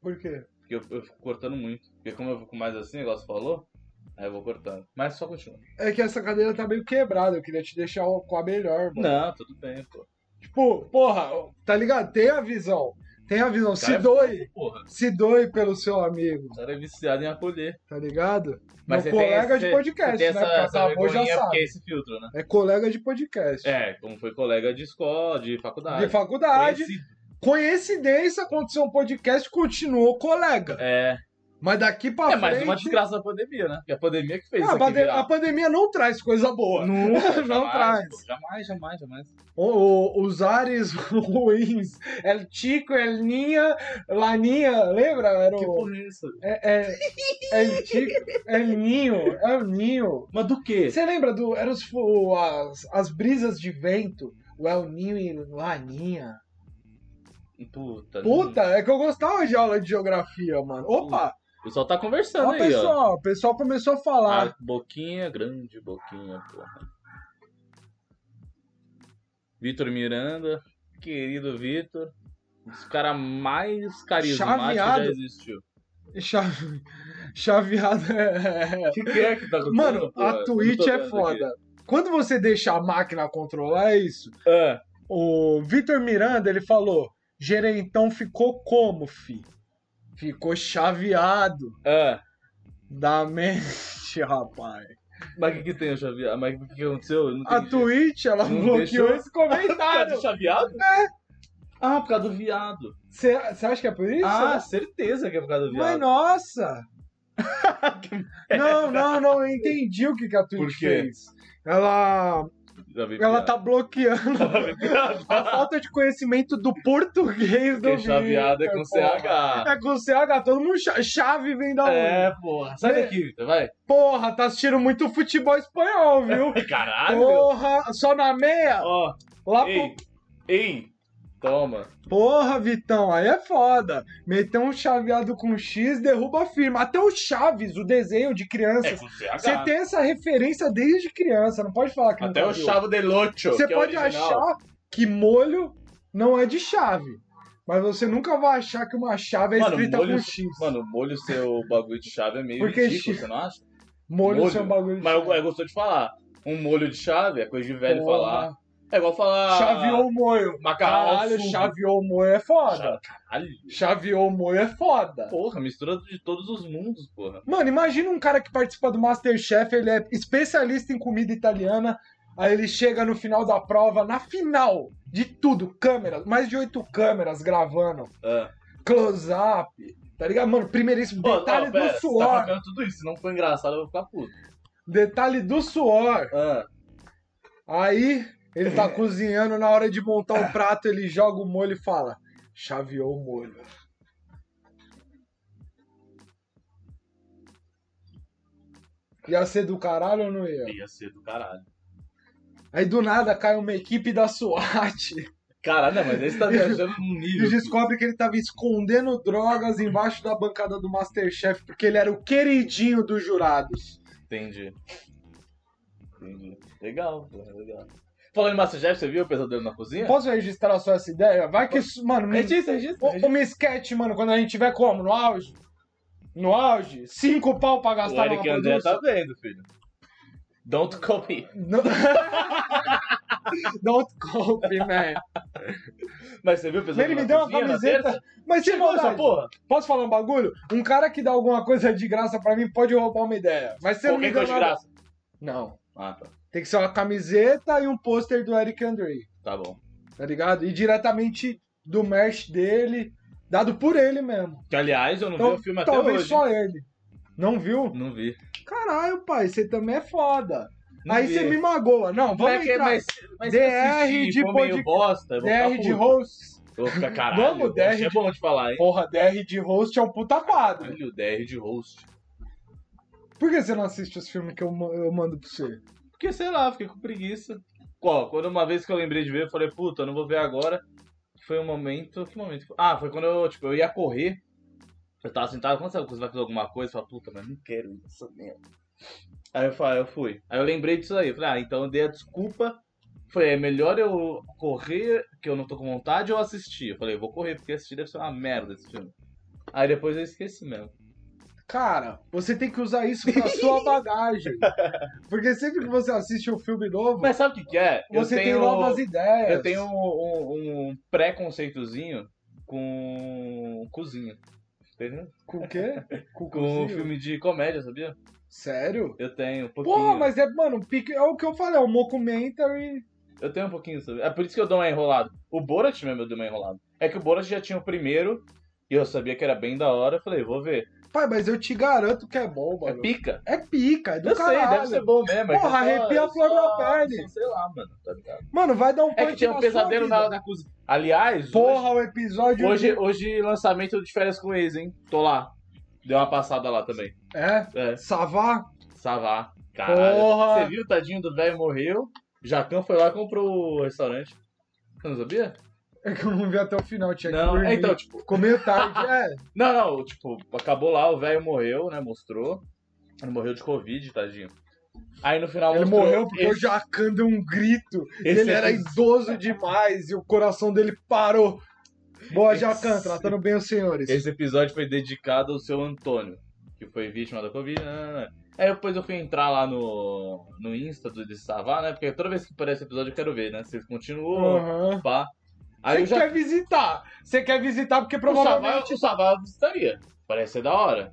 Speaker 1: Por quê?
Speaker 2: Porque eu, eu fico cortando muito. Porque como eu fico mais assim, o negócio falou, aí eu vou cortando. Mas só continua.
Speaker 1: É que essa cadeira tá meio quebrada, eu queria te deixar com a melhor, mano.
Speaker 2: Não, tudo bem, pô.
Speaker 1: Tipo, porra, tá ligado? Tem a visão. Tem a visão. Se
Speaker 2: Cara, é
Speaker 1: doe.
Speaker 2: Porra,
Speaker 1: Se doe pelo seu amigo,
Speaker 2: o cara é viciado em acolher.
Speaker 1: tá ligado?
Speaker 2: Mas
Speaker 1: Meu
Speaker 2: você tem
Speaker 1: colega
Speaker 2: esse-
Speaker 1: de
Speaker 2: você
Speaker 1: podcast,
Speaker 2: tem
Speaker 1: né?
Speaker 2: essa,
Speaker 1: Porque
Speaker 2: essa
Speaker 1: acabou, já
Speaker 2: vergonhinha porque
Speaker 1: sabe.
Speaker 2: é esse filtro, né?
Speaker 1: É colega de podcast.
Speaker 2: É, como foi colega de escola, de faculdade.
Speaker 1: De faculdade.
Speaker 2: Conhecido.
Speaker 1: Coincidência, aconteceu um podcast, continuou colega.
Speaker 2: É,
Speaker 1: Mas daqui pra
Speaker 2: é
Speaker 1: frente...
Speaker 2: mais uma desgraça da pandemia, né? Porque a pandemia que fez
Speaker 1: Ah,
Speaker 2: isso
Speaker 1: a,
Speaker 2: aqui
Speaker 1: pande- a
Speaker 2: virar.
Speaker 1: pandemia não traz coisa boa.
Speaker 2: Nunca,
Speaker 1: *laughs* não
Speaker 2: jamais,
Speaker 1: traz.
Speaker 2: pô, jamais, jamais, jamais.
Speaker 1: O- o- os ares *laughs* ruins. El Chico, El Ninha, Laninha, lembra? Era
Speaker 2: Que
Speaker 1: o.
Speaker 2: porra é isso?
Speaker 1: É, é, El Chico, El Ninho, El Ninho.
Speaker 2: Mas do quê?
Speaker 1: Você lembra do. Eram os fo- as, as brisas de vento, o El Ninho e Laninha.
Speaker 2: Puta.
Speaker 1: Puta, é que eu gostava de aula de geografia, mano. Opa!
Speaker 2: O pessoal tá conversando
Speaker 1: Ó,
Speaker 2: aí, ó.
Speaker 1: pessoal, o pessoal começou a falar.
Speaker 2: Ah, boquinha, grande boquinha, porra. Vitor Miranda, querido Vitor. Um dos caras mais carismáticos que já
Speaker 1: Chaveado.
Speaker 2: existiu.
Speaker 1: Chave- Chaveado é.
Speaker 2: O Ah. que, que é que tá acontecendo?
Speaker 1: Mano,
Speaker 2: pô?
Speaker 1: a
Speaker 2: Eu não
Speaker 1: Twitch
Speaker 2: tô
Speaker 1: é
Speaker 2: vendo
Speaker 1: foda. Quando você deixa a máquina controlar, é isso.
Speaker 2: aqui. Ah,
Speaker 1: O Vitor Miranda, ele falou: Gerentão ficou como, fi? Ficou chaveado
Speaker 2: ah.
Speaker 1: da mente, *laughs* rapaz.
Speaker 2: Mas o que, que tem o chaveado? Mas o que, que aconteceu? Eu não
Speaker 1: A
Speaker 2: entendi.
Speaker 1: Twitch, ela
Speaker 2: Não
Speaker 1: bloqueou
Speaker 2: deixou.
Speaker 1: esse
Speaker 2: Tá de
Speaker 1: comentário.
Speaker 2: chaveado? Ah, por causa do viado.
Speaker 1: Você acha que é por isso?
Speaker 2: Ah, certeza que é por causa do
Speaker 1: Mas
Speaker 2: viado. *laughs*
Speaker 1: nossa! não, não, não, eu entendi o que, que a Twitch
Speaker 2: Por quê?
Speaker 1: fez. Ela,
Speaker 2: Já vi
Speaker 1: ela *laughs*
Speaker 2: piada.
Speaker 1: tá bloqueando a falta de conhecimento do português do
Speaker 2: Porque chaveado é com
Speaker 1: Vitor,
Speaker 2: CH.
Speaker 1: porra. É com CH, todo mundo. cha- Chave vem da onde?
Speaker 2: É, porra.
Speaker 1: Né?
Speaker 2: Sai daqui, Vitor, vai.
Speaker 1: Porra, tá assistindo muito futebol espanhol, viu?
Speaker 2: *laughs* Caralho.
Speaker 1: Porra, só na meia?
Speaker 2: Ó,
Speaker 1: Lá pro
Speaker 2: É ei, ei. Toma.
Speaker 1: Porra, Vitão, aí é foda. Meter um chaveado com X derruba a firma. Até o Chaves, o desenho de
Speaker 2: É
Speaker 1: criança.
Speaker 2: com
Speaker 1: Você
Speaker 2: CH.
Speaker 1: tem essa referência desde criança, não pode falar que
Speaker 2: Até
Speaker 1: nunca
Speaker 2: o
Speaker 1: viu.
Speaker 2: Chavo de Locho.
Speaker 1: Você
Speaker 2: que é
Speaker 1: pode
Speaker 2: original.
Speaker 1: achar que molho não é de chave. Mas você nunca vai achar que uma chave é
Speaker 2: Mano,
Speaker 1: escrita
Speaker 2: molho-
Speaker 1: com X.
Speaker 2: Mano, molho seu bagulho de chave é meio
Speaker 1: Porque
Speaker 2: ridículo,
Speaker 1: chi-
Speaker 2: você não acha?
Speaker 1: molho,
Speaker 2: molho.
Speaker 1: é um bagulho de
Speaker 2: Mas eu,
Speaker 1: chave.
Speaker 2: eu gostou de falar. Um molho de chave é coisa de velho
Speaker 1: Porra.
Speaker 2: falar. É igual falar.
Speaker 1: Chaveou o molho.
Speaker 2: Macarrão. ao
Speaker 1: Caralho,
Speaker 2: sugo.
Speaker 1: chaveou o molho é foda.
Speaker 2: Caralho.
Speaker 1: Chaveou o molho é foda.
Speaker 2: Porra, mistura de todos os mundos, porra.
Speaker 1: Mano, imagina um cara que participa do Masterchef, ele é especialista em comida italiana, aí ele chega no final da prova, na final de tudo, câmeras, mais de oito câmeras gravando,
Speaker 2: Ah.
Speaker 1: close-up, tá ligado? Mano, primeiríssimo,
Speaker 2: Ó,
Speaker 1: detalhe
Speaker 2: ó, pera,
Speaker 1: do
Speaker 2: Você tá
Speaker 1: suor,
Speaker 2: pagando tudo isso, se não for engraçado eu vou ficar puto.
Speaker 1: detalhe do suor.
Speaker 2: Ah.
Speaker 1: Aí ele tá cozinhando, na hora de montar o prato, ele joga o molho e fala, chaveou o molho. Ia ser do caralho ou não ia?
Speaker 2: Ia ser do caralho.
Speaker 1: Aí do nada cai uma equipe da SWAT
Speaker 2: Caralho, não, mas aí você tá viajando num
Speaker 1: *laughs* e
Speaker 2: nível. filho.
Speaker 1: descobre que ele tava escondendo drogas embaixo da bancada do Masterchef porque ele era o queridinho dos jurados.
Speaker 2: Entendi. Entendi. Legal, porra, legal. Falando em Masterchef, você viu o pesadelo na cozinha?
Speaker 1: Posso registrar só essa ideia? Vai que isso, mano, me...
Speaker 2: Regista, regista,
Speaker 1: o, uma sketch, mano, quando a gente tiver como? No auge? No auge? Cinco pau pra
Speaker 2: O
Speaker 1: gastar numa
Speaker 2: Eric André
Speaker 1: produção?
Speaker 2: tá vendo, filho. Don't copy.
Speaker 1: Não- *laughs* Don't copy, man.
Speaker 2: Mas você viu o pesadelo
Speaker 1: Ele me
Speaker 2: na
Speaker 1: deu uma
Speaker 2: cozinha na
Speaker 1: camiseta.
Speaker 2: terça?
Speaker 1: Mas sem
Speaker 2: Chegou essa
Speaker 1: maldade,
Speaker 2: porra?
Speaker 1: posso falar um bagulho? Um cara que dá alguma coisa de graça pra mim pode roubar uma ideia. Mas você não me
Speaker 2: Qualquer
Speaker 1: deu
Speaker 2: coisa de
Speaker 1: nada.
Speaker 2: graça.
Speaker 1: Não.
Speaker 2: Ah, tá.
Speaker 1: Tem que ser uma camiseta e um pôster do Eric Andre,
Speaker 2: Tá bom.
Speaker 1: tá ligado? E diretamente do merch dele, dado por ele mesmo.
Speaker 2: Que, aliás, eu não
Speaker 1: Então,
Speaker 2: vi o filme até
Speaker 1: Talvez
Speaker 2: hoje.
Speaker 1: só ele. Não viu?
Speaker 2: Não vi.
Speaker 1: Caralho, pai, você também é foda.
Speaker 2: Não
Speaker 1: Aí
Speaker 2: vi.
Speaker 1: você me magoa. Não,
Speaker 2: Como é
Speaker 1: vamos
Speaker 2: que é?
Speaker 1: entrar.
Speaker 2: Mas, mas
Speaker 1: DR
Speaker 2: DR
Speaker 1: de
Speaker 2: de meio
Speaker 1: podcast-
Speaker 2: bosta, eu vou ficar
Speaker 1: DR de
Speaker 2: puto.
Speaker 1: host.
Speaker 2: Eu Vou
Speaker 1: *laughs*
Speaker 2: ficar caralho.
Speaker 1: Vamos,
Speaker 2: eu vou- achei
Speaker 1: DR de-
Speaker 2: bom de falar, hein?
Speaker 1: Porra, DR de host é um puta quadro.
Speaker 2: Caralho, DR de host.
Speaker 1: Por que você não assiste os filmes que eu, ma- eu mando pra você?
Speaker 2: Porque, sei lá, fiquei com preguiça. Ó, quando uma vez que eu lembrei de ver, eu falei, puta, eu não vou ver agora. Foi um momento. Que momento? que foi? Ah, foi quando eu, tipo, eu ia correr. Eu tava sentado, quando sabe, você vai fazer alguma coisa, você fala, puta, mas não quero isso mesmo. Aí eu falei, eu fui. Aí eu lembrei disso aí. Falei, ah, então eu dei a desculpa. Falei, é melhor eu correr, que eu não tô com vontade, ou assistir. Eu falei, eu vou correr, porque assistir deve ser uma merda esse filme. Aí depois eu esqueci mesmo.
Speaker 1: Cara, você tem que usar isso
Speaker 2: *laughs*
Speaker 1: pra sua bagagem. Porque sempre que você assiste um filme novo,
Speaker 2: Mas sabe o que, que é? Eu
Speaker 1: você tem
Speaker 2: tenho-
Speaker 1: novas ideias.
Speaker 2: Eu tenho um, um- um preconceitozinho com cozinha. Entendeu?
Speaker 1: Com o quê? o
Speaker 2: *laughs* Com
Speaker 1: cozinho?
Speaker 2: filme de comédia, sabia?
Speaker 1: Sério?
Speaker 2: Eu tenho um pouquinho.
Speaker 1: Porra, mas é, mano, pique- é o que eu falei, é um mockumentary.
Speaker 2: Eu tenho um pouquinho, sabe? É por isso que eu dou uma enrolada. O Borat mesmo eu dou uma enrolada. É que o Borat já tinha o primeiro, e eu sabia que era bem da hora, eu falei, vou ver.
Speaker 1: Pai, mas eu te garanto que é bom,
Speaker 2: É
Speaker 1: mano. É,
Speaker 2: pica?
Speaker 1: pica, é do
Speaker 2: eu
Speaker 1: caralho.
Speaker 2: sei, deve ser bom mesmo. é que
Speaker 1: Porra,
Speaker 2: eu só-
Speaker 1: arrepia a
Speaker 2: eu
Speaker 1: flor
Speaker 2: só-
Speaker 1: da pele.
Speaker 2: eu só Sei lá, mano, tá ligado?
Speaker 1: Mano, vai dar um
Speaker 2: É
Speaker 1: punch
Speaker 2: que tinha um
Speaker 1: na
Speaker 2: pesadelo
Speaker 1: sua vida.
Speaker 2: na, na cozinha. Aliás,
Speaker 1: Porra, um o episódio...
Speaker 2: hoje, é- hoje, hoje lançamento de férias com ex, hein? Tô lá. Deu uma passada lá também.
Speaker 1: É?
Speaker 2: É.
Speaker 1: Savá?
Speaker 2: Savar. Caralho.
Speaker 1: Porra!
Speaker 2: Você viu, o tadinho do velho morreu. Jacan foi lá e comprou o restaurante. Você não sabia?
Speaker 1: É que eu não vi até o final, tinha que
Speaker 2: não,
Speaker 1: dormir.
Speaker 2: é, então, tipo.
Speaker 1: Ficou meio
Speaker 2: *laughs*
Speaker 1: tarde, é.
Speaker 2: Não, não, tipo, acabou lá, o velho morreu, né? Mostrou. Ele morreu de Covid, tadinho. Aí no final
Speaker 1: Ele
Speaker 2: mostrou
Speaker 1: morreu porque o
Speaker 2: esse-
Speaker 1: Jacan deu um grito. e
Speaker 2: esse
Speaker 1: ele era
Speaker 2: episódio.
Speaker 1: idoso demais e o coração dele parou. Boa, Jacan, tratando bem os senhores.
Speaker 2: Esse episódio foi dedicado ao seu Antônio, que foi vítima da Covid. nananã. Aí depois eu fui entrar lá no, no Insta do de Savá, né? Porque toda vez que aparece episódio eu quero ver, né? Vocês continuam,
Speaker 1: Aham.
Speaker 2: pá. Aí
Speaker 1: Você
Speaker 2: eu já
Speaker 1: quer visitar. Você quer visitar porque
Speaker 2: O Savá,
Speaker 1: provavelmente.
Speaker 2: o Savá eu visitaria. Parece ser da hora.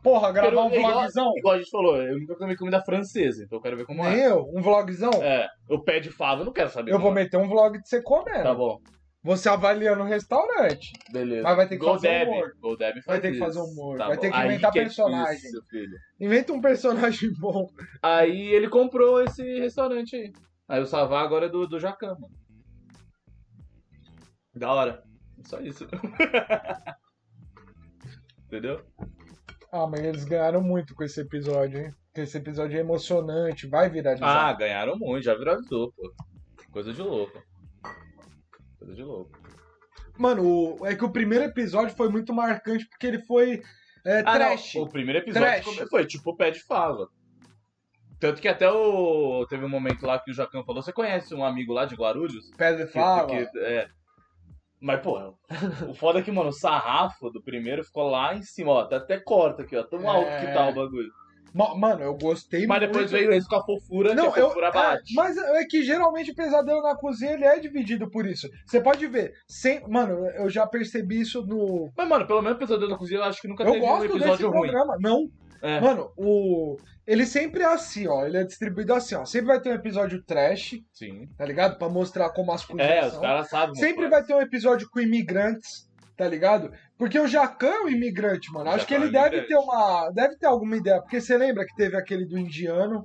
Speaker 1: Porra, gravar um
Speaker 2: Quero- igual-
Speaker 1: vlogzão?
Speaker 2: Igual a gente falou, eu nunca comi comida francesa, então eu quero ver como
Speaker 1: Nem
Speaker 2: é.
Speaker 1: eu, um vlogzão?
Speaker 2: É, o pé de fava eu não quero saber.
Speaker 1: Eu
Speaker 2: como
Speaker 1: vou
Speaker 2: é.
Speaker 1: meter um vlog de você
Speaker 2: Tá
Speaker 1: comendo.
Speaker 2: bom.
Speaker 1: Você avalia no restaurante.
Speaker 2: Beleza.
Speaker 1: Mas vai ter que fazer um
Speaker 2: Goldeb.
Speaker 1: humor.
Speaker 2: Goldeb faz
Speaker 1: Vai ter que
Speaker 2: isso.
Speaker 1: fazer um humor,
Speaker 2: Tá
Speaker 1: vai
Speaker 2: bom.
Speaker 1: ter que
Speaker 2: Aí
Speaker 1: inventar
Speaker 2: é
Speaker 1: personagem.
Speaker 2: difícil, filho.
Speaker 1: Inventa um personagem *laughs* bom.
Speaker 2: Aí ele comprou esse restaurante aí. Aí o Savá agora é do, do Jacan, mano. Da hora. Só isso. *laughs* Entendeu?
Speaker 1: Ah, mas eles ganharam muito com esse episódio, hein? Porque esse episódio é emocionante, vai viralizar.
Speaker 2: Ah, ganharam muito, já viralizou, pô. Coisa de louco. Coisa de louco.
Speaker 1: Mano, o- é que o primeiro episódio foi muito marcante porque ele foi é,
Speaker 2: Ah, não,
Speaker 1: trash.
Speaker 2: O primeiro episódio
Speaker 1: Trash.
Speaker 2: come- foi tipo o pé de fava. Tanto que até o. Teve um momento lá que o Jacan falou: Você conhece um amigo lá de Guarulhos?
Speaker 1: Pedra e
Speaker 2: Que-
Speaker 1: fala.
Speaker 2: que- é. Mas, pô, o foda é que, mano, o sarrafo do primeiro ficou lá em cima, ó. tá Até corta aqui, ó. Tão alto
Speaker 1: É.
Speaker 2: que tá o bagulho.
Speaker 1: Ma- Mano, eu gostei
Speaker 2: Mas
Speaker 1: muito.
Speaker 2: depois veio esse com a fofura,
Speaker 1: Não,
Speaker 2: que a
Speaker 1: eu,
Speaker 2: fofura
Speaker 1: é,
Speaker 2: bate.
Speaker 1: mas é que geralmente o pesadelo na cozinha ele é dividido por isso. Você pode ver, sem, mano, eu já percebi isso no
Speaker 2: Mas, mano, pelo menos o Pesadelo da Cozinha, eu acho que nunca
Speaker 1: Eu
Speaker 2: teve um
Speaker 1: gosto desse
Speaker 2: episódio ruim.
Speaker 1: programa. Não.
Speaker 2: É.
Speaker 1: Mano, o. Ele sempre é assim, ó. Ele é distribuído assim, ó. Sempre vai ter um episódio trash,
Speaker 2: Sim.
Speaker 1: tá ligado? Pra mostrar como as coisas
Speaker 2: É, os
Speaker 1: são.
Speaker 2: caras sabem.
Speaker 1: Sempre
Speaker 2: mano.
Speaker 1: vai ter um episódio com imigrantes, tá ligado? Porque o Jacan é um imigrante, mano.
Speaker 2: O
Speaker 1: Acho que
Speaker 2: Jacquin é
Speaker 1: ele
Speaker 2: um
Speaker 1: deve
Speaker 2: imigrante.
Speaker 1: ter uma. Deve ter alguma ideia. Porque você lembra que teve aquele do indiano?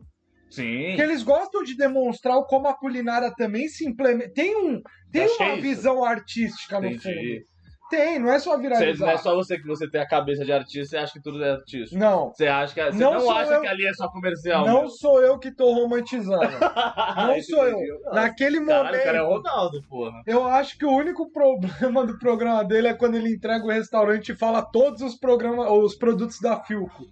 Speaker 2: Sim.
Speaker 1: Porque eles gostam de demonstrar como a culinária também se implementa. Tem um. Tem
Speaker 2: Acho que é
Speaker 1: uma
Speaker 2: isso.
Speaker 1: visão artística tá no fundo.
Speaker 2: Entendi.
Speaker 1: Tem, não é só
Speaker 2: Cê-
Speaker 1: viralizar.
Speaker 2: não é só você que você tem a cabeça de artista e acha que tudo é artista.
Speaker 1: Não.
Speaker 2: Você acha que você
Speaker 1: Não
Speaker 2: não,
Speaker 1: sou
Speaker 2: acha
Speaker 1: eu.
Speaker 2: que ali é só comercial?
Speaker 1: Não
Speaker 2: meu.
Speaker 1: sou eu que tô romantizando.
Speaker 2: *laughs*
Speaker 1: não
Speaker 2: Esse
Speaker 1: sou eu.
Speaker 2: entendeu? Nossa,
Speaker 1: Naquele
Speaker 2: Caralho, o cara é o
Speaker 1: momento,
Speaker 2: Ronaldo, porra.
Speaker 1: eu acho que o único problema do programa dele é quando ele entrega o restaurante e fala todos os programas, os produtos da Filco.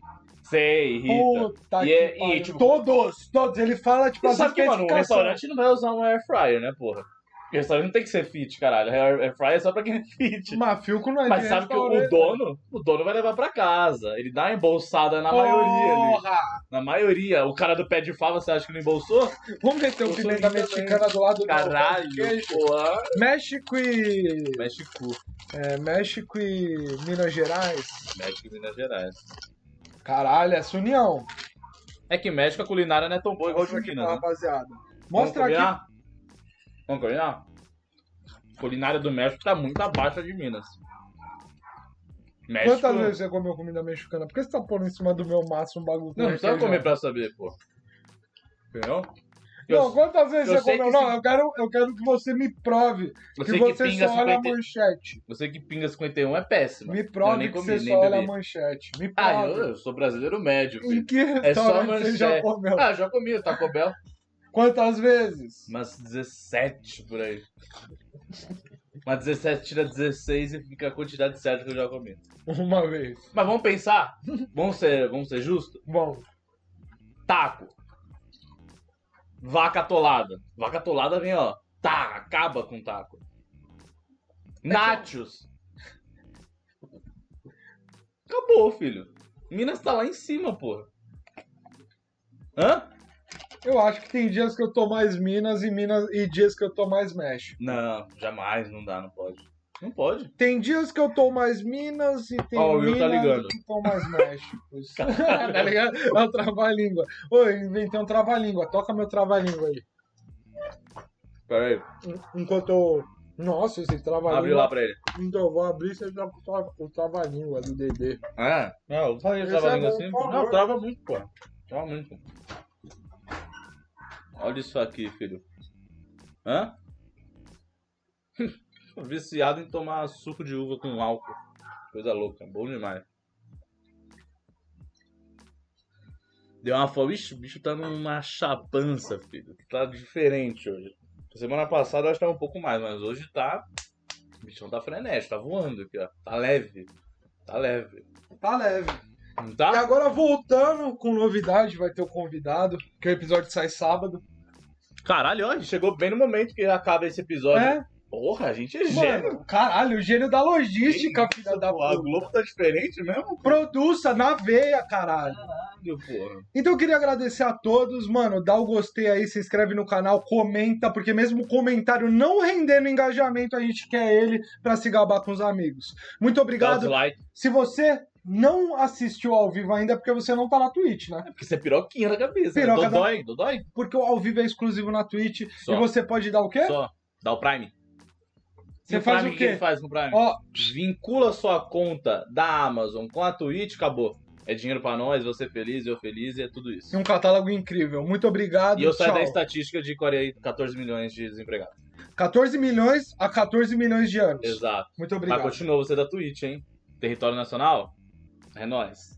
Speaker 2: Sei, Rita.
Speaker 1: Puta
Speaker 2: E
Speaker 1: que
Speaker 2: é- e,
Speaker 1: pariu.
Speaker 2: tipo-
Speaker 1: todos, todos. Ele fala tipo
Speaker 2: Você
Speaker 1: as
Speaker 2: sabe que, mano, um
Speaker 1: especificações.
Speaker 2: restaurante não vai usar um air fryer, né, porra? Porque restaurante não tem que ser fit, caralho. Air air fryer é só pra quem é fit.
Speaker 1: Mas Filco não é
Speaker 2: Mas
Speaker 1: de
Speaker 2: sabe que o
Speaker 1: restaurante.
Speaker 2: dono, o dono vai levar pra casa. Ele dá uma embolsada na maioria ali.
Speaker 1: Porra!
Speaker 2: Na maioria. O cara do pé de fava, você acha que não embolsou?
Speaker 1: Vamos meter o
Speaker 2: Eu sou
Speaker 1: um pimenta
Speaker 2: lindo
Speaker 1: mexicana do lado
Speaker 2: Caralho,
Speaker 1: do queijo.
Speaker 2: porra.
Speaker 1: México e.
Speaker 2: Mexe cu.
Speaker 1: é, México e Minas Gerais.
Speaker 2: México e Minas Gerais.
Speaker 1: Caralho, essa união.
Speaker 2: É que México a culinária não é tão boa igual de
Speaker 1: Mostra aqui
Speaker 2: Minas.
Speaker 1: pra
Speaker 2: né?
Speaker 1: rapaziada. Mostra aqui.
Speaker 2: Vamos combinar? Vamos combinar? A culinária do México tá muito abaixo de Minas. México.
Speaker 1: Quantas vezes você comeu comida mexicana? Por que você tá pondo em cima do meu maço um bagulho com
Speaker 2: Não, não precisa
Speaker 1: requeijão?
Speaker 2: comer pra saber, pô. Entendeu?
Speaker 1: Não,
Speaker 2: Eu,
Speaker 1: quantas vezes
Speaker 2: eu
Speaker 1: você
Speaker 2: sei
Speaker 1: comeu?
Speaker 2: que
Speaker 1: Não,
Speaker 2: sim.
Speaker 1: eu quero, eu quero que você me prove
Speaker 2: eu
Speaker 1: que
Speaker 2: sei que
Speaker 1: você
Speaker 2: pinga
Speaker 1: só olha
Speaker 2: 50,
Speaker 1: a manchete.
Speaker 2: você que pinga 51 é péssimo.
Speaker 1: Me
Speaker 2: Eu
Speaker 1: prove
Speaker 2: nem
Speaker 1: que
Speaker 2: comi,
Speaker 1: você
Speaker 2: nem
Speaker 1: só olha a
Speaker 2: bebi.
Speaker 1: manchete. Me
Speaker 2: Ah, eu,
Speaker 1: prove.
Speaker 2: eu sou brasileiro médio,
Speaker 1: Em
Speaker 2: filho.
Speaker 1: que
Speaker 2: só a
Speaker 1: restaurante você já
Speaker 2: manchete.
Speaker 1: comeu?
Speaker 2: Ah, já comi o Taco Bell.
Speaker 1: Quantas vezes?
Speaker 2: Umas 17 por aí. Mas 17 tira 16 e fica a quantidade certa que eu já comi.
Speaker 1: Uma vez.
Speaker 2: Mas vamos pensar, vamos ser, vamos ser justos.
Speaker 1: Bom,
Speaker 2: Taco. Vaca atolada. Vaca atolada vem, ó. Tá, acaba com o taco. É Nachos. Acabou, filho. Minas tá lá em cima, porra. Hã?
Speaker 1: eu acho que tem dias que eu tô mais Minas e Minas e dias que eu tô mais México.
Speaker 2: Não, jamais, não dá, não pode. Não pode.
Speaker 1: Tem dias que eu tô mais Minas e tem
Speaker 2: Ó, o Will
Speaker 1: Minas
Speaker 2: tá ligando.
Speaker 1: que tô mais México. *laughs* tá ligado? É o trava-língua. Oi, inventei um trava-língua. Toca meu trava-língua aí.
Speaker 2: Pera aí,
Speaker 1: Enquanto eu... Nossa, esse
Speaker 2: abre lá
Speaker 1: trava-língua.
Speaker 2: pra ele.
Speaker 1: Então eu vou abrir você já com o trava- o trava-língua do Dedê.
Speaker 2: Ah, não, eu falei que
Speaker 1: Esse
Speaker 2: tava
Speaker 1: é
Speaker 2: lindo
Speaker 1: bom,
Speaker 2: assim.
Speaker 1: por
Speaker 2: Não,
Speaker 1: favor.
Speaker 2: trava muito, pô. Trava muito. pô. Olha isso aqui, filho. Hã? *laughs* Viciado em tomar suco de uva com álcool. Coisa louca, bom demais. Deu uma fome. Ixi, o bicho tá numa chapança, filho. Tá diferente hoje. Semana passada eu acho que tava um pouco mais, mas hoje tá. O bichão tá frenético, tá voando aqui, ó. Tá leve. Tá leve.
Speaker 1: Tá leve.
Speaker 2: Não
Speaker 1: E
Speaker 2: tá?
Speaker 1: agora voltando com novidade, vai ter o convidado, que o episódio sai sábado.
Speaker 2: Caralho, ó, chegou bem no momento que acaba esse episódio.
Speaker 1: É,
Speaker 2: Porra, a gente é gênio.
Speaker 1: mano, caralho, o gênio da logística, filha da
Speaker 2: A
Speaker 1: puta.
Speaker 2: Globo tá diferente mesmo?
Speaker 1: Produça na veia, caralho.
Speaker 2: Caralho, porra.
Speaker 1: Então eu queria agradecer a todos, mano. Dá o gostei aí, se inscreve no canal, comenta, porque mesmo o comentário não rendendo engajamento, a gente quer ele pra se gabar com os amigos. Muito
Speaker 2: Dá o
Speaker 1: obrigado.
Speaker 2: dislike.
Speaker 1: Se você não assistiu ao vivo ainda, é porque você não tá na Twitch, né?
Speaker 2: É porque você é piroquinha na cabeça.
Speaker 1: Piroca
Speaker 2: né? Dodói, Dodói.
Speaker 1: Porque o ao vivo é exclusivo na Twitch
Speaker 2: Só.
Speaker 1: e você pode dar o quê?
Speaker 2: Só. Dá o Prime. Você faz Prime, o que ele faz com o Prime?
Speaker 1: Ó,
Speaker 2: Vincula sua conta da Amazon com a Twitch, acabou. É dinheiro pra nós, você feliz, eu feliz, e é tudo isso.
Speaker 1: um catálogo incrível. Muito obrigado.
Speaker 2: E eu saio
Speaker 1: tchau.
Speaker 2: da estatística de 40 14 milhões de desempregados.
Speaker 1: 14 milhões a 14 milhões de anos.
Speaker 2: Exato. Ah,
Speaker 1: Muito
Speaker 2: Mas
Speaker 1: obrigado.
Speaker 2: continua você da Twitch, hein? Território Nacional? É nóis.